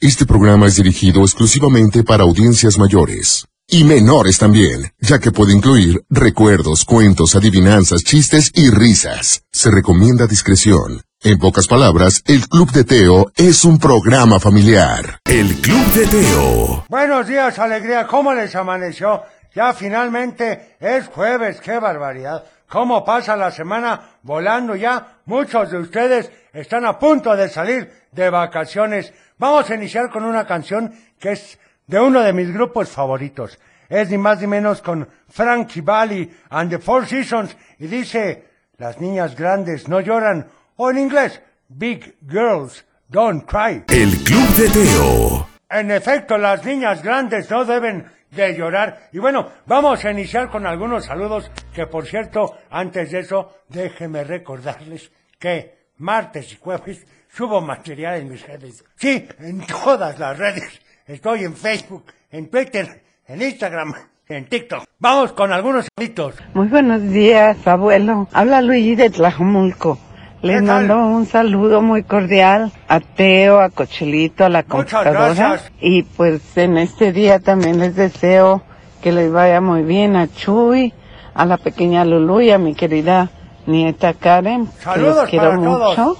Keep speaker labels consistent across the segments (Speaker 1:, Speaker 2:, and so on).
Speaker 1: Este programa es dirigido exclusivamente para audiencias mayores. Y menores también, ya que puede incluir recuerdos, cuentos, adivinanzas, chistes y risas. Se recomienda discreción. En pocas palabras, el Club de Teo es un programa familiar.
Speaker 2: El Club de Teo.
Speaker 3: Buenos días, alegría. ¿Cómo les amaneció? Ya finalmente es jueves. ¡Qué barbaridad! ¿Cómo pasa la semana volando ya? Muchos de ustedes están a punto de salir de vacaciones. Vamos a iniciar con una canción que es de uno de mis grupos favoritos. Es ni más ni menos con Frankie Valli and the Four Seasons y dice, las niñas grandes no lloran. O en inglés, Big Girls Don't Cry.
Speaker 2: El Club de Teo.
Speaker 3: En efecto, las niñas grandes no deben de llorar. Y bueno, vamos a iniciar con algunos saludos, que por cierto, antes de eso, déjenme recordarles que martes y jueves subo material en mis redes. Sí, en todas las redes. Estoy en Facebook, en Twitter, en Instagram, en TikTok. Vamos con algunos saluditos.
Speaker 4: Muy buenos días, abuelo. Habla Luigi de Tlajumulco. Les
Speaker 3: ¿Qué tal?
Speaker 4: mando un saludo muy cordial a Teo, a Cochelito, a la
Speaker 3: Muchas
Speaker 4: computadora.
Speaker 3: gracias.
Speaker 4: Y pues en este día también les deseo que les vaya muy bien a Chuy, a la pequeña Lulú y a mi querida nieta Karen. que
Speaker 3: Saludos
Speaker 4: los quiero
Speaker 3: para todos.
Speaker 4: mucho.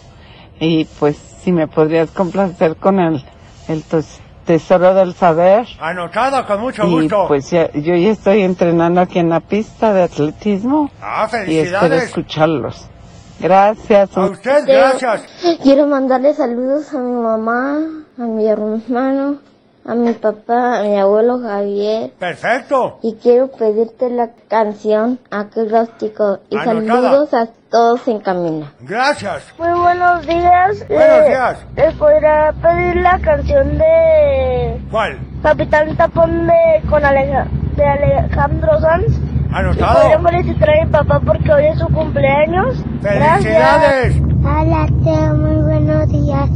Speaker 4: Y pues si me podrías complacer con el, el tes- tesoro del saber.
Speaker 3: Anotado con mucho
Speaker 4: Y
Speaker 3: gusto.
Speaker 4: pues ya- yo ya estoy entrenando aquí en la pista de atletismo
Speaker 3: ah,
Speaker 4: y espero
Speaker 3: felicidades.
Speaker 4: escucharlos. Gracias.
Speaker 3: A
Speaker 4: un-
Speaker 3: usted,
Speaker 5: Teo.
Speaker 3: gracias.
Speaker 5: Quiero mandarle saludos a mi mamá, a mi hermano, a mi papá, a mi abuelo Javier.
Speaker 3: Perfecto.
Speaker 5: Y quiero pedirte la canción acróstico. Y
Speaker 3: Anotada.
Speaker 5: saludos a todos en camino.
Speaker 3: Gracias.
Speaker 5: Muy buenos días.
Speaker 3: Buenos
Speaker 6: Eh,
Speaker 3: días.
Speaker 5: Les podría pedir la canción de
Speaker 3: ¿Cuál?
Speaker 5: Capitán Tapón de, con de Alejandro Sanz.
Speaker 3: Anotado.
Speaker 5: felicitar a mi papá porque hoy es su cumpleaños.
Speaker 3: Felicidades.
Speaker 5: Hola Teo, muy buenos días.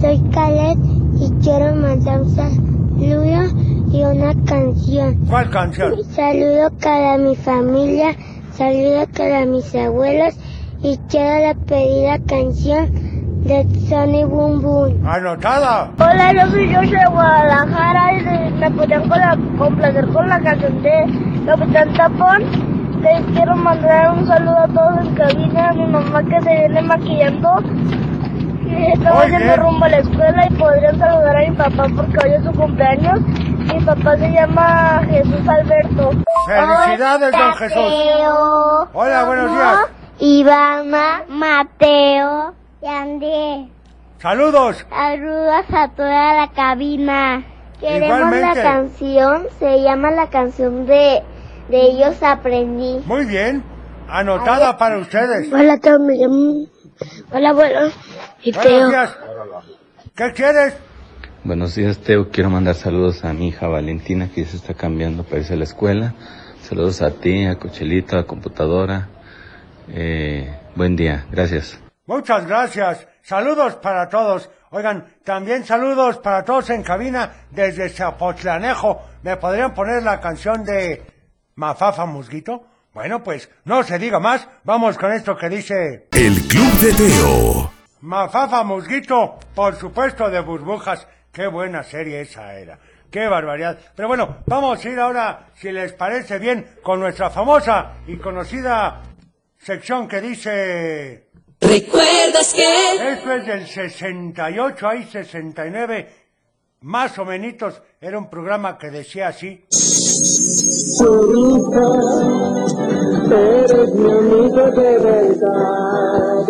Speaker 5: Soy Khaled y quiero mandar un saludo y una canción.
Speaker 3: ¿Cuál canción?
Speaker 5: Saludo para mi familia, saludo para mis abuelos y quiero la pedida canción de Sonny Boom Boom.
Speaker 3: Anotada.
Speaker 5: Hola, yo soy Joshua de Guadalajara y me podrían complacer con la canción de Capitán Tapón. Les quiero mandar un saludo a todos en cabina, a mi mamá que se viene maquillando. Estamos
Speaker 3: Muy
Speaker 5: yendo
Speaker 3: bien.
Speaker 5: rumbo a la escuela y podrían saludar a mi papá porque hoy es su cumpleaños. Mi papá se llama Jesús Alberto.
Speaker 3: Felicidades, don Hola, Jesús. Hola, buenos días.
Speaker 5: Ivana, Mateo y Andrés.
Speaker 3: Saludos.
Speaker 5: Saludos a toda la cabina. Queremos
Speaker 3: Igualmente.
Speaker 5: la canción, se llama la canción de, de ellos aprendí.
Speaker 3: Muy bien. Anotada para ustedes.
Speaker 5: Hola Tommy, hola abuelo y
Speaker 3: Buenos días. ¿Qué quieres?
Speaker 7: Buenos días, Teo. Quiero mandar saludos a mi hija Valentina, que ya se está cambiando para irse a la escuela. Saludos a ti, a Cochelito, a computadora. Eh, buen día. Gracias.
Speaker 3: Muchas gracias. Saludos para todos. Oigan, también saludos para todos en cabina desde Zapotlanejo. ¿Me podrían poner la canción de Mafafa Musguito? Bueno, pues no se diga más. Vamos con esto que dice
Speaker 2: El Club de Teo.
Speaker 3: Mafafa Musguito, por supuesto de burbujas. Qué buena serie esa era. Qué barbaridad. Pero bueno, vamos a ir ahora, si les parece bien, con nuestra famosa y conocida sección que dice...
Speaker 8: ¿Recuerdas que?
Speaker 3: Esto es del 68, hay 69, más o menos, era un programa que decía así.
Speaker 9: Eres mi amigo de verdad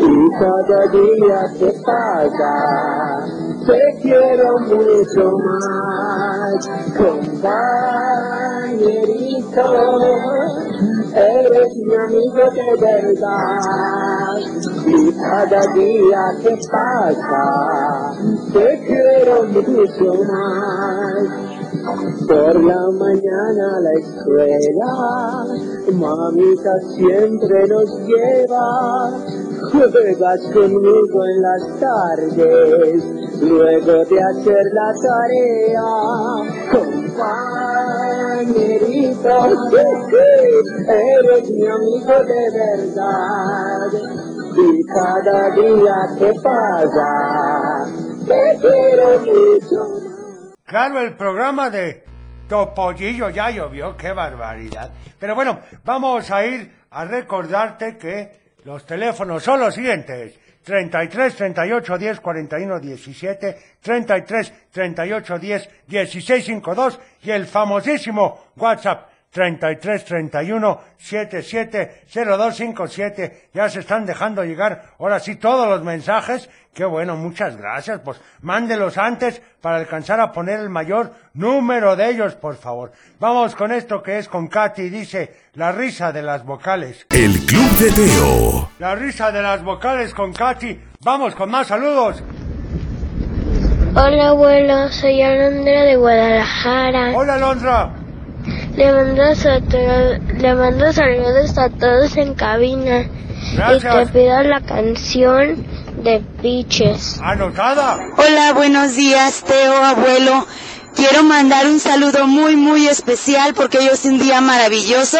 Speaker 9: y cada día que pasa te quiero mucho más, compañerito. Eres mi amigo de verdad y cada día que pasa te quiero mucho más. Por la mañana a la escuela, mamita siempre nos lleva. Juegas conmigo en las tardes, luego de hacer la tarea. Compañerito, eres mi amigo de verdad. Y cada día que pasa, te quiero mucho
Speaker 3: Claro, el programa de Topollillo ya llovió, qué barbaridad. Pero bueno, vamos a ir a recordarte que los teléfonos son los siguientes. 33 38 10 41 17, 33 38 10 16 52 y el famosísimo WhatsApp 33 31 77 0257. Ya se están dejando llegar ahora sí todos los mensajes. Qué bueno, muchas gracias. Pues mándelos antes para alcanzar a poner el mayor número de ellos, por favor. Vamos con esto que es con Katy. Dice la risa de las vocales.
Speaker 2: El Club de Teo.
Speaker 3: La risa de las vocales con Katy. Vamos con más saludos.
Speaker 10: Hola abuelo, soy Alondra de Guadalajara.
Speaker 3: Hola, Alondra.
Speaker 10: Le mando, sa- to- le mando saludos a todos en cabina. Y te
Speaker 3: Gracias.
Speaker 10: pido la canción de Piches.
Speaker 3: Anotada.
Speaker 11: Hola, buenos días, Teo, abuelo. Quiero mandar un saludo muy, muy especial porque hoy es un día maravilloso,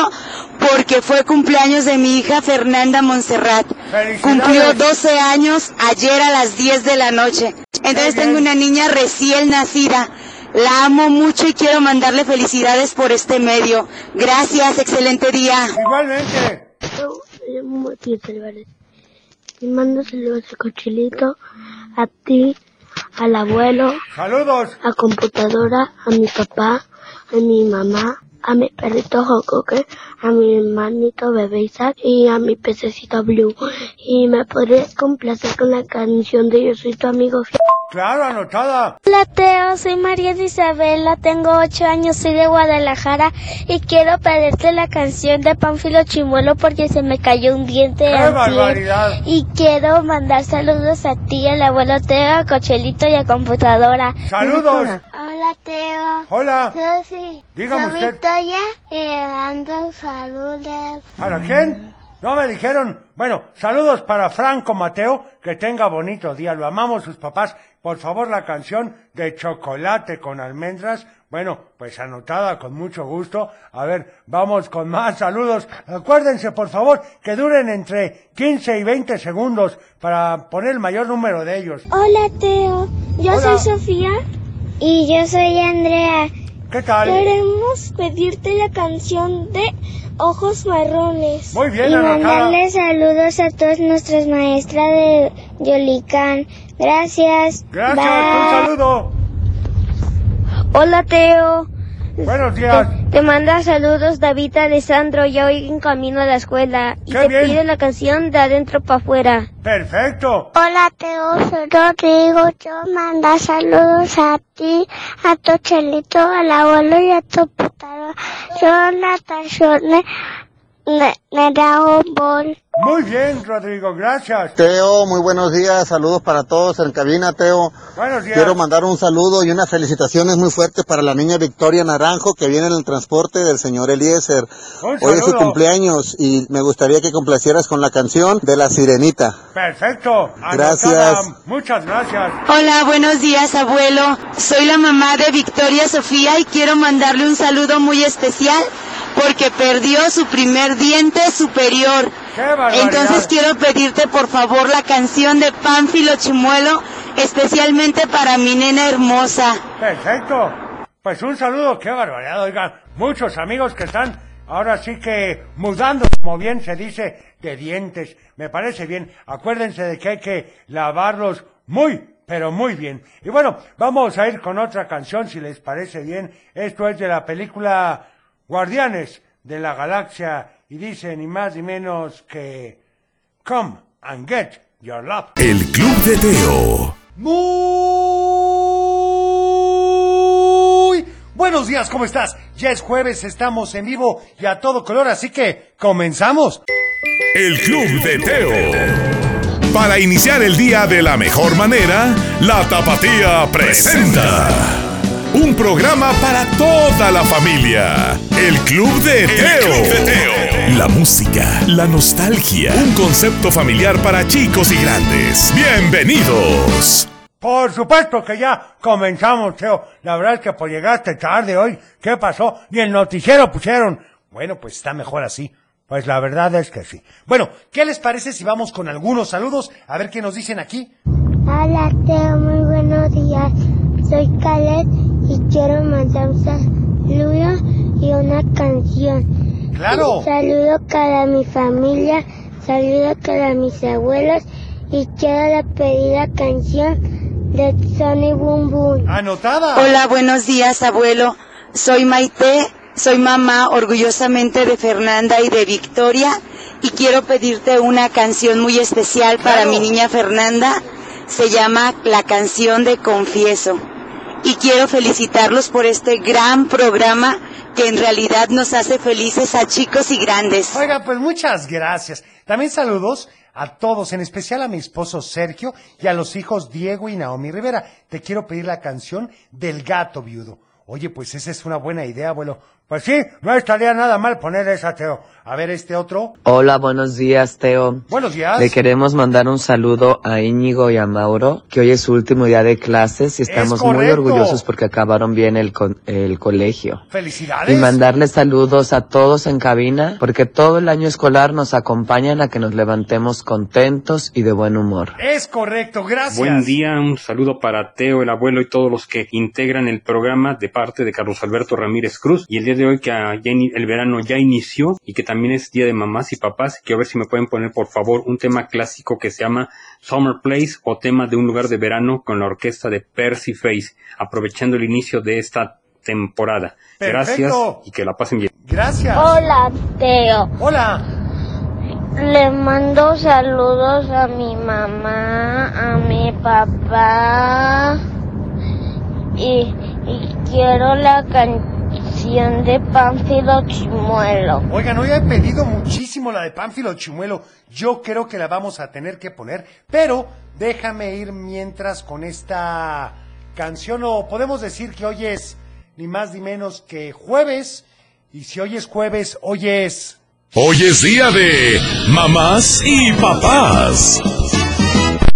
Speaker 11: porque fue cumpleaños de mi hija Fernanda Montserrat.
Speaker 3: Felicidades.
Speaker 11: Cumplió 12 años ayer a las 10 de la noche. Entonces
Speaker 3: Muy bien.
Speaker 11: tengo una niña recién nacida. La amo mucho y quiero mandarle felicidades por este medio. Gracias, excelente día.
Speaker 3: Igualmente.
Speaker 10: Y mando saludos a Cochilito, a ti, al abuelo,
Speaker 3: Saludos.
Speaker 10: a computadora, a mi papá, a mi mamá, a mi perrito Jocoque, a mi hermanito bebé Isaac y a mi pececito Blue. Y me podrías complacer con la canción de Yo soy tu amigo.
Speaker 3: Claro, anotada.
Speaker 10: Hola Teo, soy María de Isabela, tengo 8 años, soy de Guadalajara y quiero pedirte la canción de Pánfilo Chimuelo porque se me cayó un diente
Speaker 3: ¡Qué
Speaker 10: antier.
Speaker 3: barbaridad!
Speaker 10: y quiero mandar saludos a ti, al abuelo Teo, a Cochelito y a Computadora.
Speaker 3: Saludos.
Speaker 10: Hola Teo,
Speaker 3: Hola.
Speaker 10: soy,
Speaker 3: Dígame soy usted.
Speaker 10: Victoria y dando saludos.
Speaker 3: ¿Para quién? No me dijeron. Bueno, saludos para Franco Mateo, que tenga bonito día. Lo amamos sus papás. Por favor, la canción de chocolate con almendras. Bueno, pues anotada con mucho gusto. A ver, vamos con más saludos. Acuérdense, por favor, que duren entre 15 y 20 segundos para poner el mayor número de ellos.
Speaker 10: Hola Teo, yo
Speaker 3: Hola.
Speaker 10: soy Sofía y yo soy Andrea.
Speaker 3: ¿Qué tal?
Speaker 10: Queremos pedirte la canción de Ojos Marrones.
Speaker 3: Muy bien,
Speaker 10: Y
Speaker 3: Ana Clara.
Speaker 10: mandarle saludos a todas nuestras maestras de Yolicán. Gracias.
Speaker 3: Gracias, un
Speaker 10: Bye.
Speaker 3: saludo.
Speaker 10: Hola, Teo.
Speaker 3: Buenos días.
Speaker 10: Te manda saludos David Alessandro. Ya hoy en camino a la escuela. Y
Speaker 3: Qué
Speaker 10: te
Speaker 3: bien.
Speaker 10: pide la canción de adentro para afuera.
Speaker 3: Perfecto.
Speaker 10: Hola, Teo. Soy Rodrigo. Yo manda saludos a ti, a tu chelito, al abuelo y a tu putaro. Yo, Natasha, me, me da un bol.
Speaker 3: Muy bien, Rodrigo, gracias.
Speaker 12: Teo, muy buenos días, saludos para todos en cabina, Teo.
Speaker 3: Buenos días.
Speaker 12: Quiero mandar un saludo y unas felicitaciones muy fuertes para la niña Victoria Naranjo que viene en el transporte del señor Eliezer.
Speaker 3: Un
Speaker 12: Hoy es su
Speaker 3: saludo.
Speaker 12: cumpleaños y me gustaría que complacieras con la canción de la sirenita.
Speaker 3: Perfecto.
Speaker 12: Gracias.
Speaker 3: Muchas gracias.
Speaker 11: Hola, buenos días, abuelo. Soy la mamá de Victoria Sofía y quiero mandarle un saludo muy especial porque perdió su primer diente superior.
Speaker 3: Qué barbaridad.
Speaker 11: Entonces quiero pedirte por favor la canción de Pánfilo Chimuelo, especialmente para mi nena hermosa.
Speaker 3: Perfecto. Pues un saludo, qué barbaridad. Oigan, muchos amigos que están ahora sí que mudando, como bien se dice, de dientes. Me parece bien. Acuérdense de que hay que lavarlos muy, pero muy bien. Y bueno, vamos a ir con otra canción, si les parece bien. Esto es de la película Guardianes de la Galaxia y dice ni más ni menos que Come and Get Your Love.
Speaker 2: El Club de Teo.
Speaker 3: Muy buenos días, ¿cómo estás? Ya es jueves, estamos en vivo y a todo color, así que comenzamos.
Speaker 2: El Club de Teo. Para iniciar el día de la mejor manera, la Tapatía presenta un programa para toda la familia. El Club de Teo. La música, la nostalgia, un concepto familiar para chicos y grandes. Bienvenidos.
Speaker 3: Por supuesto que ya comenzamos, Teo. La verdad es que pues llegaste tarde hoy. ¿Qué pasó? Ni el noticiero pusieron. Bueno, pues está mejor así. Pues la verdad es que sí. Bueno, ¿qué les parece si vamos con algunos saludos a ver qué nos dicen aquí?
Speaker 10: Hola, Teo, muy buenos días. Soy Calet y quiero mandar un saludo y una canción.
Speaker 3: ¡Claro!
Speaker 10: Un saludo para mi familia, saludo para mis abuelos y quiero la pedida canción de Sonny Boom Boom.
Speaker 3: ¡Anotada!
Speaker 11: Hola, buenos días, abuelo. Soy Maite, soy mamá orgullosamente de Fernanda y de Victoria y quiero pedirte una canción muy especial para mi niña Fernanda. Se llama La canción de Confieso. Y quiero felicitarlos por este gran programa que en realidad nos hace felices a chicos y grandes.
Speaker 13: Oiga, pues muchas gracias. También saludos a todos, en especial a mi esposo Sergio y a los hijos Diego y Naomi Rivera. Te quiero pedir la canción del gato viudo. Oye, pues esa es una buena idea, abuelo.
Speaker 3: Pues sí, no estaría nada mal poner esa, Teo. A ver, este otro.
Speaker 14: Hola, buenos días, Teo.
Speaker 3: Buenos días.
Speaker 14: Le queremos mandar un saludo a Íñigo y a Mauro, que hoy es su último día de clases y estamos muy
Speaker 3: correcto.
Speaker 14: orgullosos porque acabaron bien el, con- el colegio.
Speaker 3: ¡Felicidades!
Speaker 14: Y mandarles saludos a todos en cabina, porque todo el año escolar nos acompañan a que nos levantemos contentos y de buen humor.
Speaker 3: Es correcto, gracias.
Speaker 15: Buen día, un saludo para Teo, el abuelo y todos los que integran el programa de parte de Carlos Alberto Ramírez Cruz. Y el día de hoy que ah, ya ini- el verano ya inició y que también es día de mamás y papás, quiero ver si me pueden poner por favor un tema clásico que se llama Summer Place o tema de un lugar de verano con la orquesta de Percy Face, aprovechando el inicio de esta temporada. Gracias
Speaker 10: Perfecto.
Speaker 15: y que la pasen bien.
Speaker 3: Gracias.
Speaker 10: Hola, Teo.
Speaker 3: Hola.
Speaker 10: Le mando saludos a mi mamá, a mi papá y, y quiero la canción de Pánfilo Chimuelo.
Speaker 3: Oigan, hoy he pedido muchísimo la de Pánfilo Chimuelo. Yo creo que la vamos a tener que poner, pero déjame ir mientras con esta canción. O podemos decir que hoy es ni más ni menos que jueves. Y si hoy es jueves, hoy es.
Speaker 2: Hoy es día de mamás y papás.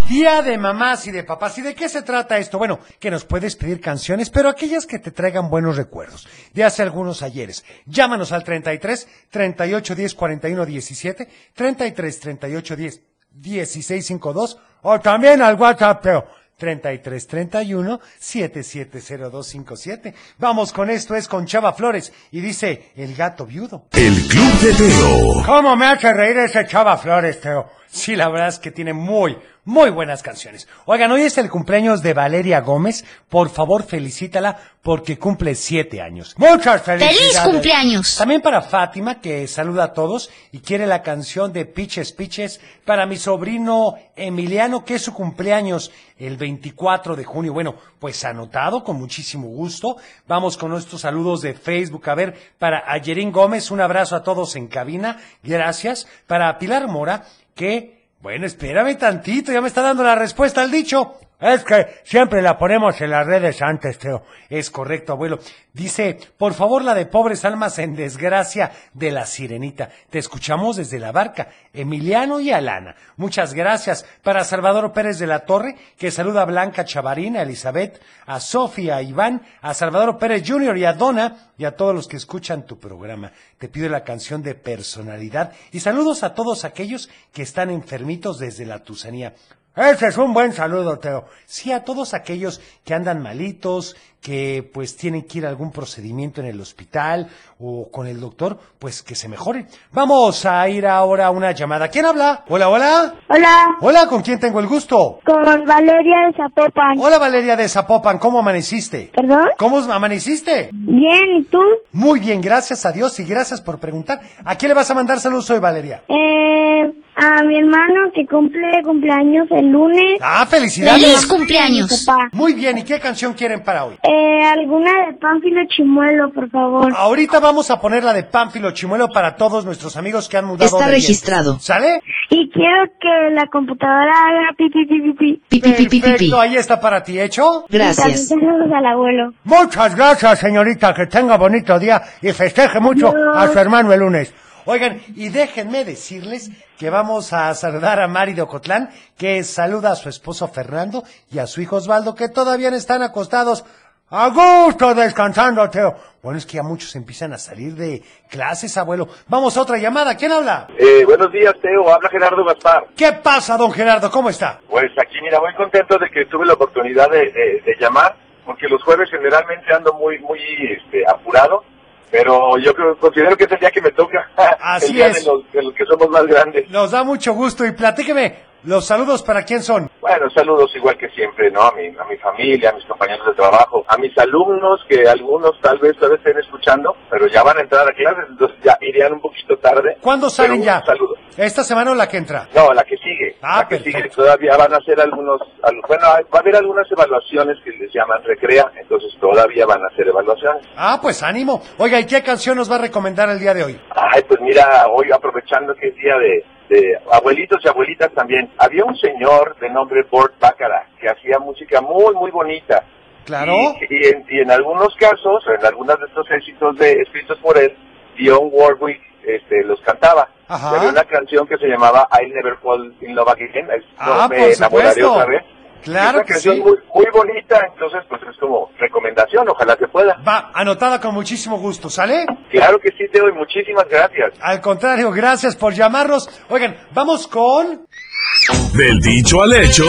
Speaker 3: Día de mamás y de papás. ¿Y de qué se trata esto? Bueno, que nos puedes pedir canciones, pero aquellas que te traigan buenos recuerdos de hace algunos ayeres. Llámanos al 33 38 10 41 17, 33 38 10 16 52 o también al WhatsApp, pero 33 31 770257. Vamos con esto, es con Chava Flores y dice El gato viudo.
Speaker 2: El Club de Teo.
Speaker 3: ¿Cómo me hace reír ese Chava Flores, Teo? Sí, la verdad es que tiene muy, muy buenas canciones. Oigan, hoy es el cumpleaños de Valeria Gómez. Por favor, felicítala porque cumple siete años. ¡Muchas felicidades!
Speaker 16: ¡Feliz cumpleaños!
Speaker 3: También para Fátima, que saluda a todos y quiere la canción de Piches Piches. Para mi sobrino Emiliano, que es su cumpleaños el 24 de junio. Bueno, pues anotado con muchísimo gusto. Vamos con nuestros saludos de Facebook. A ver, para Ayerín Gómez, un abrazo a todos en cabina. Gracias. Para Pilar Mora, que, bueno, espérame tantito, ya me está dando la respuesta al dicho. Es que siempre la ponemos en las redes antes, Teo. Es correcto, abuelo. Dice, por favor, la de pobres almas en desgracia de la sirenita. Te escuchamos desde la barca, Emiliano y Alana. Muchas gracias para Salvador Pérez de la Torre, que saluda a Blanca Chavarina, a Elizabeth, a Sofía, a Iván, a Salvador Pérez Jr. y a Donna y a todos los que escuchan tu programa. Te pido la canción de personalidad y saludos a todos aquellos que están enfermitos desde la Tusanía. Ese es un buen saludo, Teo. Sí, a todos aquellos que andan malitos, que pues tienen que ir a algún procedimiento en el hospital o con el doctor, pues que se mejoren. Vamos a ir ahora a una llamada. ¿Quién habla? Hola, hola.
Speaker 6: Hola.
Speaker 3: Hola, ¿con quién tengo el gusto?
Speaker 6: Con Valeria de Zapopan.
Speaker 3: Hola, Valeria de Zapopan, ¿cómo amaneciste?
Speaker 6: ¿Perdón?
Speaker 3: ¿Cómo amaneciste?
Speaker 6: Bien, ¿y tú?
Speaker 3: Muy bien, gracias a Dios y gracias por preguntar. ¿A quién le vas a mandar saludos hoy, Valeria?
Speaker 6: Eh, a mi hermano que cumple cumpleaños el lunes.
Speaker 3: Ah, felicidades.
Speaker 6: ¡Feliz cumpleaños!
Speaker 3: Muy bien, ¿y qué canción quieren para hoy?
Speaker 6: Eh, alguna de Pánfilo Chimuelo, por favor.
Speaker 3: Ahorita vamos a poner la de Pánfilo Chimuelo para todos nuestros amigos que han mudado.
Speaker 6: Está
Speaker 3: de
Speaker 6: registrado.
Speaker 3: bien. ¿Sale?
Speaker 6: Y quiero que la computadora haga pi pi pi pi pi.
Speaker 3: Perfecto, ahí está para ti, ¿hecho?
Speaker 6: Y también saludos al abuelo.
Speaker 3: Muchas gracias, señorita. Que tenga bonito día y festeje mucho a su hermano el lunes. Oigan, y déjenme decirles que vamos a saludar a Mari de Ocotlán, que saluda a su esposo Fernando y a su hijo Osvaldo, que todavía están acostados. A gusto descansando, Teo. Bueno, es que ya muchos empiezan a salir de clases, abuelo. Vamos a otra llamada. ¿Quién habla?
Speaker 17: Eh, buenos días, Teo. Habla Gerardo Gaspar.
Speaker 3: ¿Qué pasa, don Gerardo? ¿Cómo está?
Speaker 17: Pues aquí, mira, muy contento de que tuve la oportunidad de, de- de llamar, porque los jueves generalmente ando muy, muy este, apurado, pero yo creo- considero que es el día que me toca.
Speaker 3: Así
Speaker 17: el día
Speaker 3: es.
Speaker 17: De los, de los que somos más grandes.
Speaker 3: Nos da mucho gusto y platíqueme. Los saludos para quién son.
Speaker 17: Bueno, saludos igual que siempre, ¿no? A mi, a mi familia, a mis compañeros de trabajo, a mis alumnos, que algunos tal vez todavía estén escuchando, pero ya van a entrar a clases, entonces ya irían un poquito tarde.
Speaker 3: ¿Cuándo
Speaker 17: Pero
Speaker 3: salen
Speaker 17: un
Speaker 3: ya?
Speaker 17: saludo.
Speaker 3: ¿Esta semana o la que entra?
Speaker 17: No, la que sigue.
Speaker 3: Ah,
Speaker 17: la que sigue. Todavía van a hacer algunos. al- Bueno, va a haber algunas evaluaciones que les llaman recrea, entonces todavía van a hacer evaluaciones.
Speaker 3: Ah, pues ánimo. Oiga, ¿y qué canción nos va a recomendar el día de hoy?
Speaker 17: Ay, pues mira, hoy aprovechando que es día de, de abuelitos y abuelitas también, había un señor de nombre Bort Baccarat que hacía música muy, muy bonita.
Speaker 3: Claro.
Speaker 17: Y, y en, y en algunos casos, en algunos de estos éxitos de, escritos por él, Dionne Warwick este, los cantaba.
Speaker 3: Ajá.
Speaker 17: Había una canción que se llamaba I'll Never Fall in Love Again. es-
Speaker 3: Ah,
Speaker 17: no me
Speaker 3: por
Speaker 17: enamoraré
Speaker 3: supuesto.
Speaker 17: otra vez.
Speaker 3: Claro
Speaker 17: Es una
Speaker 3: que
Speaker 17: canción
Speaker 3: sí.
Speaker 17: muy, muy bonita, entonces pues es como recomendación, ojalá se pueda.
Speaker 3: Va, anotada con muchísimo gusto, ¿sale?
Speaker 17: Claro que sí, Teo, y muchísimas gracias.
Speaker 3: Al contrario, gracias por llamarnos. Oigan, vamos con...
Speaker 2: Del dicho al hecho,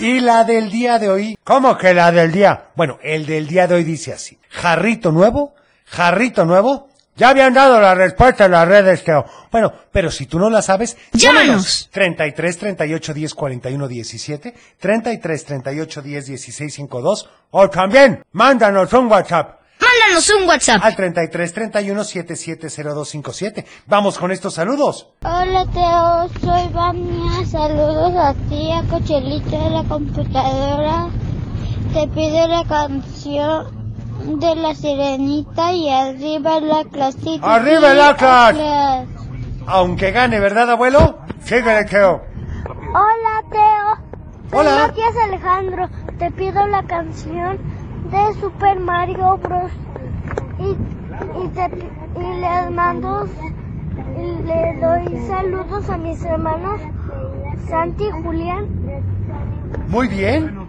Speaker 3: Y la del día de hoy. ¿Cómo que la del día? Bueno, el del día de hoy dice así. Jarrito nuevo, jarrito nuevo. Ya habían dado la respuesta en las redes, Teo. Bueno, pero si tú no la sabes, llámanos. 33 38 10 41 17, 33 38 10 16 52, o también mándanos un WhatsApp.
Speaker 18: Mándanos un WhatsApp.
Speaker 3: Al 33 31 770257. Vamos con estos saludos.
Speaker 10: Hola Teo, soy Vania. Saludos a ti, a Cochelito de la computadora. Te pido la canción de la sirenita y arriba la clasita.
Speaker 3: ¡Arriba el Atlas! Aunque gane, ¿verdad, abuelo? Síguele, Teo.
Speaker 10: Hola Teo, soy
Speaker 3: Hola.
Speaker 10: Matías Alejandro. Te pido la canción de Super Mario Bros. Y, y te pi- y les mando, y le doy saludos a mis hermanos Santi y Julián.
Speaker 3: Muy bien.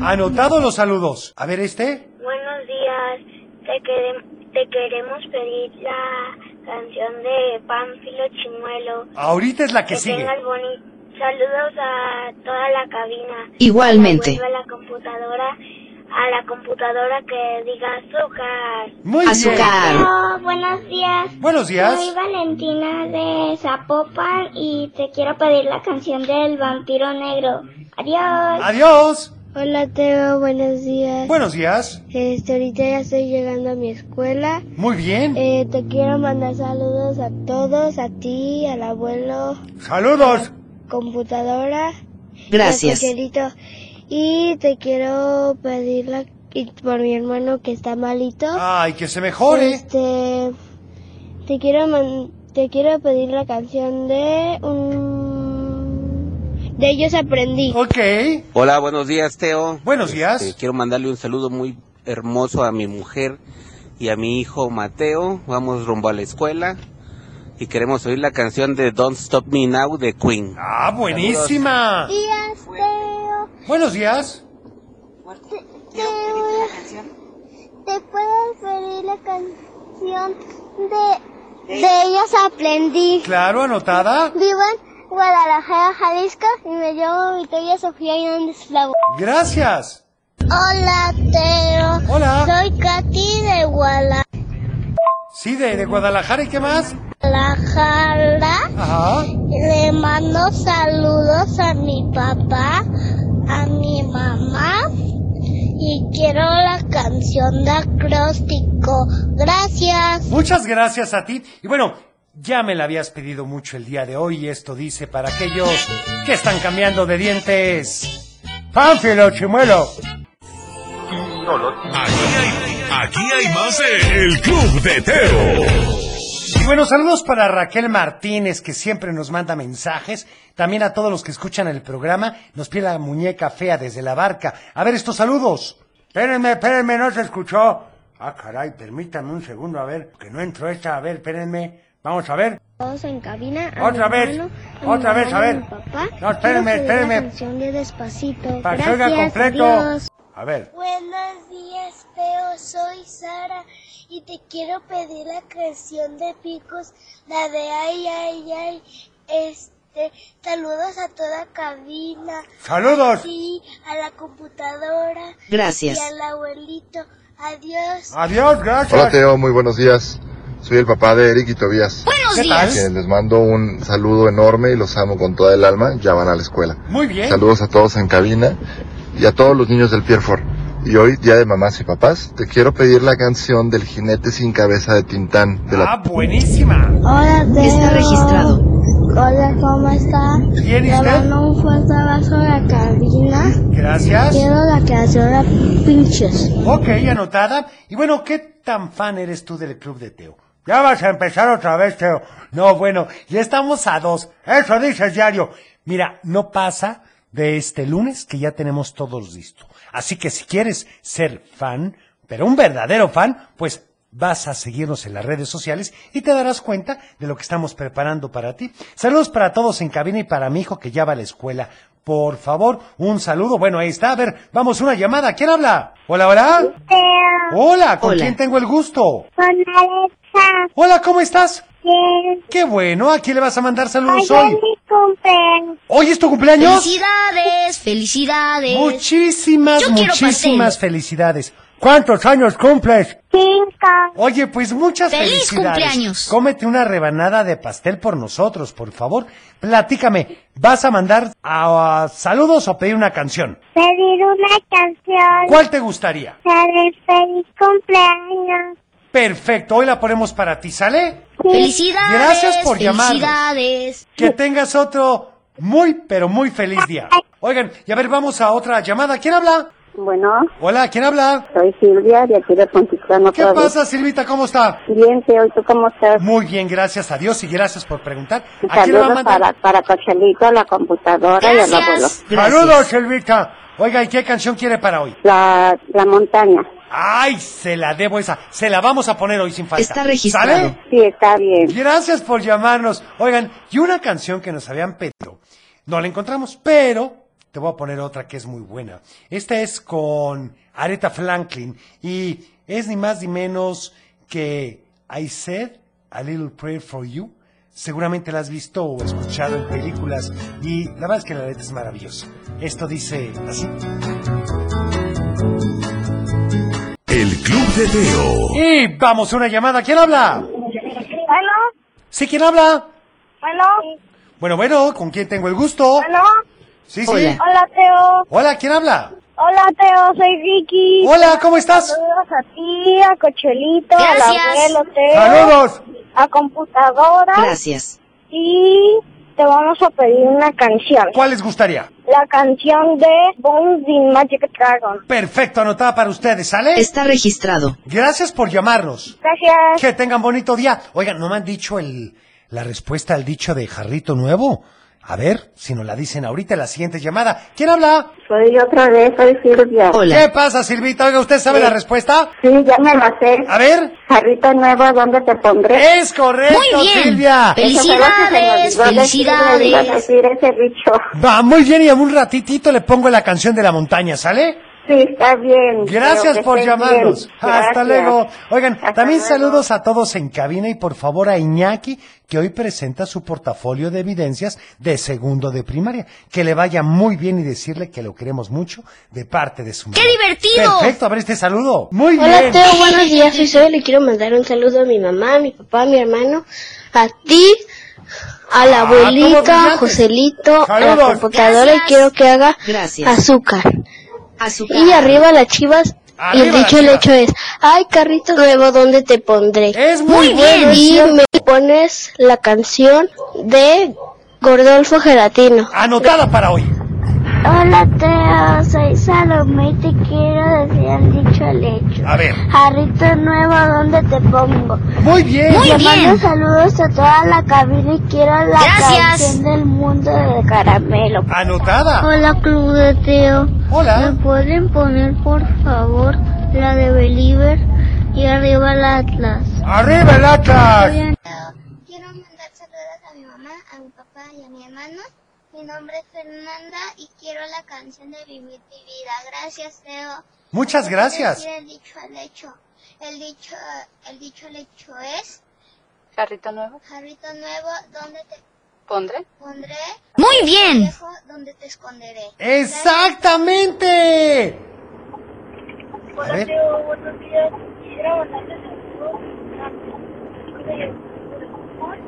Speaker 3: Anotado los saludos. A ver este.
Speaker 6: Buenos días, te, quere- te queremos pedir la canción de Pánfilo Chimuelo.
Speaker 3: Ahorita es la que
Speaker 6: Que
Speaker 3: sigue.
Speaker 6: tengas boni- Saludos a toda la cabina.
Speaker 3: Igualmente.
Speaker 6: Vuelve a la computadora, a la computadora que diga azúcar.
Speaker 3: Muy
Speaker 6: Azúcar.
Speaker 3: bien.
Speaker 6: buenos días.
Speaker 3: Buenos días.
Speaker 6: Soy
Speaker 10: Valentina de Zapopan y te quiero pedir la canción del vampiro negro. Adiós.
Speaker 3: Adiós.
Speaker 10: Hola Teo, buenos días.
Speaker 3: Buenos días.
Speaker 10: Este, ahorita ya estoy llegando a mi escuela.
Speaker 3: Muy bien.
Speaker 10: Eh, te quiero mandar saludos a todos, a ti, al abuelo,
Speaker 3: Saludos.
Speaker 10: computadora.
Speaker 3: Gracias.
Speaker 10: y a Coquelito. Y te quiero pedir la, y por mi hermano que está malito.
Speaker 3: Ay, que se mejore.
Speaker 10: Este, te quiero man- te quiero pedir la canción de un de ellos aprendí.
Speaker 3: Ok.
Speaker 19: Hola, buenos días, Teo. Este,
Speaker 3: Buenos días.
Speaker 19: quiero mandarle un saludo muy hermoso a mi mujer y a mi hijo Mateo. Vamos rumbo a la escuela y queremos oír la canción de Don't Stop Me Now de Queen.
Speaker 3: Ah, buenísima.
Speaker 10: Días, Teo.
Speaker 3: Buenos días.
Speaker 10: ¿Te puedo pedir la canción de, de ellos aprendí?
Speaker 3: Claro, anotada.
Speaker 10: Vivo en Guadalajara, Jalisco y me llamo Victoria Sofía Hernández Flavo.
Speaker 3: Gracias.
Speaker 10: Hola, Teo.
Speaker 3: Hola.
Speaker 10: Soy Katy de
Speaker 3: Sí, de, de Guadalajara y qué más.
Speaker 10: Guadalajara.
Speaker 3: Ajá.
Speaker 10: Le mando saludos a mi papá, a mi mamá y quiero la canción de acróstico. Gracias.
Speaker 3: Muchas gracias a ti. Y bueno, ya me la habías pedido mucho el día de hoy y esto dice para aquellos que están cambiando de dientes. Pánfilo Chimuelo.
Speaker 2: aquí hay más de El Club de Teo.
Speaker 3: Y bueno, saludos para Raquel Martínez, que siempre nos manda mensajes. También a todos los que escuchan el programa. Nos pide la muñeca fea desde la barca. A ver estos saludos. Espérenme, espérenme, no se escuchó. Ah, caray, permítanme un segundo, a ver, que no entró esta. A ver, espérenme. Vamos a ver.
Speaker 10: Todos en cabina.
Speaker 3: a Otra mi vez, hermano, a mi otra vez, a mamá y a ver. mi papá. No, espérenme, Quiero que la espérenme.
Speaker 10: canción de despacito.
Speaker 3: Para que oiga completo. A ver.
Speaker 10: Buenos días, Teo. Soy Sara y te quiero pedir la canción de Picos, la de ay, ay, ay. Este, saludos a toda cabina.
Speaker 1: ¡Saludos!
Speaker 10: Sí, a la computadora.
Speaker 1: Gracias.
Speaker 10: Y al abuelito. Adiós.
Speaker 1: Adiós, gracias.
Speaker 20: Hola Teo, muy buenos días. Soy el papá de Eric y Tobías.
Speaker 10: Buenos
Speaker 1: ¿Qué días.
Speaker 20: Que les mando un saludo enorme y los amo con toda el alma. Ya van a la escuela.
Speaker 1: Muy bien.
Speaker 20: Saludos a todos en cabina y a todos los niños del Pierfort. Y hoy, día de mamás y papás, te quiero pedir la canción del jinete sin cabeza de Tintán. De la...
Speaker 3: Ah, buenísima.
Speaker 10: Hola, Teo.
Speaker 21: Está registrado.
Speaker 10: Hola, ¿cómo está?
Speaker 3: Bien, ¿y
Speaker 10: Le
Speaker 3: usted?
Speaker 10: mando un fuerte abrazo a la cabina.
Speaker 3: Gracias.
Speaker 10: Quiero la canción de Pinches.
Speaker 3: Ok, anotada. Y bueno, ¿qué tan fan eres tú del Club de Teo?
Speaker 1: Ya vas a empezar otra vez, Teo.
Speaker 3: No, bueno, ya estamos a dos. Eso dices diario. Mira, no pasa de este lunes que ya tenemos todos listo. Así que si quieres ser fan, pero un verdadero fan, pues vas a seguirnos en las redes sociales y te darás cuenta de lo que estamos preparando para ti. Saludos para todos en cabina y para mi hijo que ya va a la escuela. Por favor, un saludo. Bueno, ahí está. A ver, vamos, una llamada. ¿Quién habla? Hola, hola. Hola, ¿con
Speaker 10: Hola.
Speaker 3: quién tengo el gusto?
Speaker 10: Con Alexa.
Speaker 3: Hola, ¿cómo estás?
Speaker 10: Bien.
Speaker 3: Qué bueno, ¿a quién le vas a mandar saludos
Speaker 10: Ayer
Speaker 3: hoy?
Speaker 10: mi cumpleaños.
Speaker 3: ¿Hoy es tu cumpleaños?
Speaker 21: Felicidades, felicidades.
Speaker 3: Muchísimas,
Speaker 21: Yo quiero
Speaker 3: muchísimas felicidades. ¿Cuántos años cumples?
Speaker 10: Cinco.
Speaker 3: Oye, pues muchas
Speaker 21: ¡Feliz
Speaker 3: felicidades.
Speaker 21: cumpleaños!
Speaker 3: Cómete una rebanada de pastel por nosotros, por favor. Platícame, ¿vas a mandar a, a saludos o pedir una canción?
Speaker 10: Pedir una canción.
Speaker 3: ¿Cuál te gustaría?
Speaker 10: La de feliz cumpleaños.
Speaker 3: Perfecto, hoy la ponemos para ti, ¿sale?
Speaker 21: Felicidades.
Speaker 3: Gracias por llamarnos.
Speaker 21: Felicidades.
Speaker 3: Que tengas otro muy, pero muy feliz día. Oigan, y a ver, vamos a otra llamada. ¿Quién habla?
Speaker 6: Bueno,
Speaker 3: Hola, ¿quién habla?
Speaker 6: soy Silvia de aquí de Poncitlán
Speaker 3: ¿Qué
Speaker 6: otra vez.
Speaker 3: pasa, Silvita? ¿Cómo está?
Speaker 6: Bien, Teo, ¿y tú cómo estás?
Speaker 3: Muy bien, gracias a Dios y gracias por preguntar. ¿A quién le va a
Speaker 6: Saludos
Speaker 3: mandar?
Speaker 6: para, para Cochelito, la computadora y al abuelo.
Speaker 3: Saludos, Silvita. Oiga, ¿y qué canción quiere para hoy?
Speaker 6: La, la montaña.
Speaker 3: Ay, se la debo esa. Se la vamos a poner hoy sin falta.
Speaker 6: Está registrado.
Speaker 3: ¿Sale?
Speaker 6: Sí, está bien.
Speaker 3: Gracias por llamarnos. Oigan, y una canción que nos habían pedido, no la encontramos, pero te voy a poner otra que es muy buena. Esta es con Aretha Franklin y es ni más ni menos que I Said a Little Prayer for You. Seguramente la has visto o escuchado en películas y la verdad es que la letra es maravillosa. Esto dice así.
Speaker 2: El Club de Teo.
Speaker 3: Y vamos, una llamada. ¿Quién habla?
Speaker 10: Bueno,
Speaker 3: ¿Sí, quién habla?
Speaker 10: bueno.
Speaker 3: Bueno, bueno, ¿con quién tengo el gusto?
Speaker 10: Bueno.
Speaker 3: Sí, sí. Hola.
Speaker 10: Hola, Teo.
Speaker 3: ¿quién habla?
Speaker 10: Hola, Teo, soy Vicky.
Speaker 3: Hola, ¿cómo estás?
Speaker 10: Saludos a ti, a Cochelito,
Speaker 21: Gracias.
Speaker 10: al abuelo, Teo.
Speaker 3: Saludos.
Speaker 10: A computadora.
Speaker 21: Gracias.
Speaker 10: Y te vamos a pedir una canción.
Speaker 3: ¿Cuál les gustaría?
Speaker 10: La canción de Bones in Magic Dragon.
Speaker 3: Perfecto, anotada para ustedes, ¿sale?
Speaker 21: Está registrado.
Speaker 3: Gracias por llamarnos.
Speaker 10: Gracias.
Speaker 3: Que tengan bonito día. Oigan, ¿no me han dicho el, la respuesta al dicho de Jarrito Nuevo? A ver, si nos la dicen ahorita en la siguiente llamada. ¿Quién habla?
Speaker 6: Soy otra vez, soy Silvia.
Speaker 3: ¿Qué pasa, Silvita? Oiga, ¿usted sabe la
Speaker 21: Eh.
Speaker 3: respuesta?
Speaker 6: Sí, ya me la sé.
Speaker 3: A ver.
Speaker 6: Jarrita nueva, ¿dónde te pondré?
Speaker 3: Es correcto,
Speaker 21: Muy bien.
Speaker 3: Silvia.
Speaker 21: Felicidades,
Speaker 6: Eso fue lo que se me olvidó decir,
Speaker 21: felicidades.
Speaker 6: decir ese bicho.
Speaker 3: Va, muy bien, y en un ratitito le pongo la canción de la montaña, ¿sale?
Speaker 6: Sí, está bien. Teo,
Speaker 3: Gracias
Speaker 6: que
Speaker 3: por
Speaker 6: estés
Speaker 3: llamarnos.
Speaker 6: bien.
Speaker 3: Hasta
Speaker 6: Gracias.
Speaker 3: luego. Oigan,
Speaker 6: Hasta
Speaker 3: también
Speaker 6: luego.
Speaker 3: saludos a todos en cabina y por favor a Iñaki, que hoy presenta su portafolio de evidencias de segundo de primaria. Que le vaya muy bien y decirle que lo queremos mucho de parte de su mamá.
Speaker 21: ¡Qué divertido!
Speaker 3: Perfecto, a ver este saludo. Muy
Speaker 5: Hola
Speaker 3: bien.
Speaker 5: Teo, buenos días, soy Zoe, le quiero mandar un saludo a mi mamá, a mi papá, a mi hermano, a ti, a la
Speaker 3: Ah, todos
Speaker 5: abuelita,
Speaker 3: brillantes.
Speaker 5: a Joselito, a la
Speaker 3: Saludos.
Speaker 5: computadora
Speaker 21: Gracias.
Speaker 5: y quiero que haga
Speaker 21: Gracias.
Speaker 5: azúcar.
Speaker 21: Azúcar.
Speaker 5: Y arriba las chivas, y
Speaker 3: Arriba
Speaker 5: el dicho
Speaker 3: las
Speaker 5: el
Speaker 3: chivas.
Speaker 5: hecho es, ay carrito nuevo, ¿dónde te pondré?
Speaker 3: Es muy,
Speaker 21: Muy
Speaker 3: bueno. es
Speaker 5: y
Speaker 3: cierto.
Speaker 5: me pones la canción de Gordolfo Gelatino.
Speaker 3: Anotada para hoy.
Speaker 10: Hola Teo, soy Salomé y te quiero decir el dicho al hecho.
Speaker 3: A ver.
Speaker 10: Jarrito nuevo, ¿dónde te pongo?
Speaker 3: Muy bien.
Speaker 21: Muy
Speaker 10: Te
Speaker 21: bien.
Speaker 10: mando saludos a toda la cabina y quiero la
Speaker 21: Gracias.
Speaker 10: canción del mundo de caramelo.
Speaker 3: Anotada.
Speaker 10: Hola Club de Teo,
Speaker 3: Hola.
Speaker 10: pueden poner por favor la de Believer y arriba el Atlas?
Speaker 3: Arriba el Atlas.
Speaker 10: Quiero mandar saludos a mi mamá, a mi papá y a mi hermano
Speaker 22: Mi nombre es Fernanda y quiero la canción de Vivir mi vida. Gracias, Teo.
Speaker 3: Muchas gracias.
Speaker 22: Decir El dicho al hecho. El dicho, el dicho al hecho es.
Speaker 23: Jarrito nuevo.
Speaker 22: Jarrito nuevo, ¿dónde te
Speaker 23: Pondré.
Speaker 22: pondré?
Speaker 3: Muy bien.
Speaker 22: Viejo, ¿dónde te esconderé?
Speaker 3: ¡Exactamente! A
Speaker 22: Hola,
Speaker 3: ver.
Speaker 22: Teo, buenos días. Quisiera mandarles saludos a mis amigos de-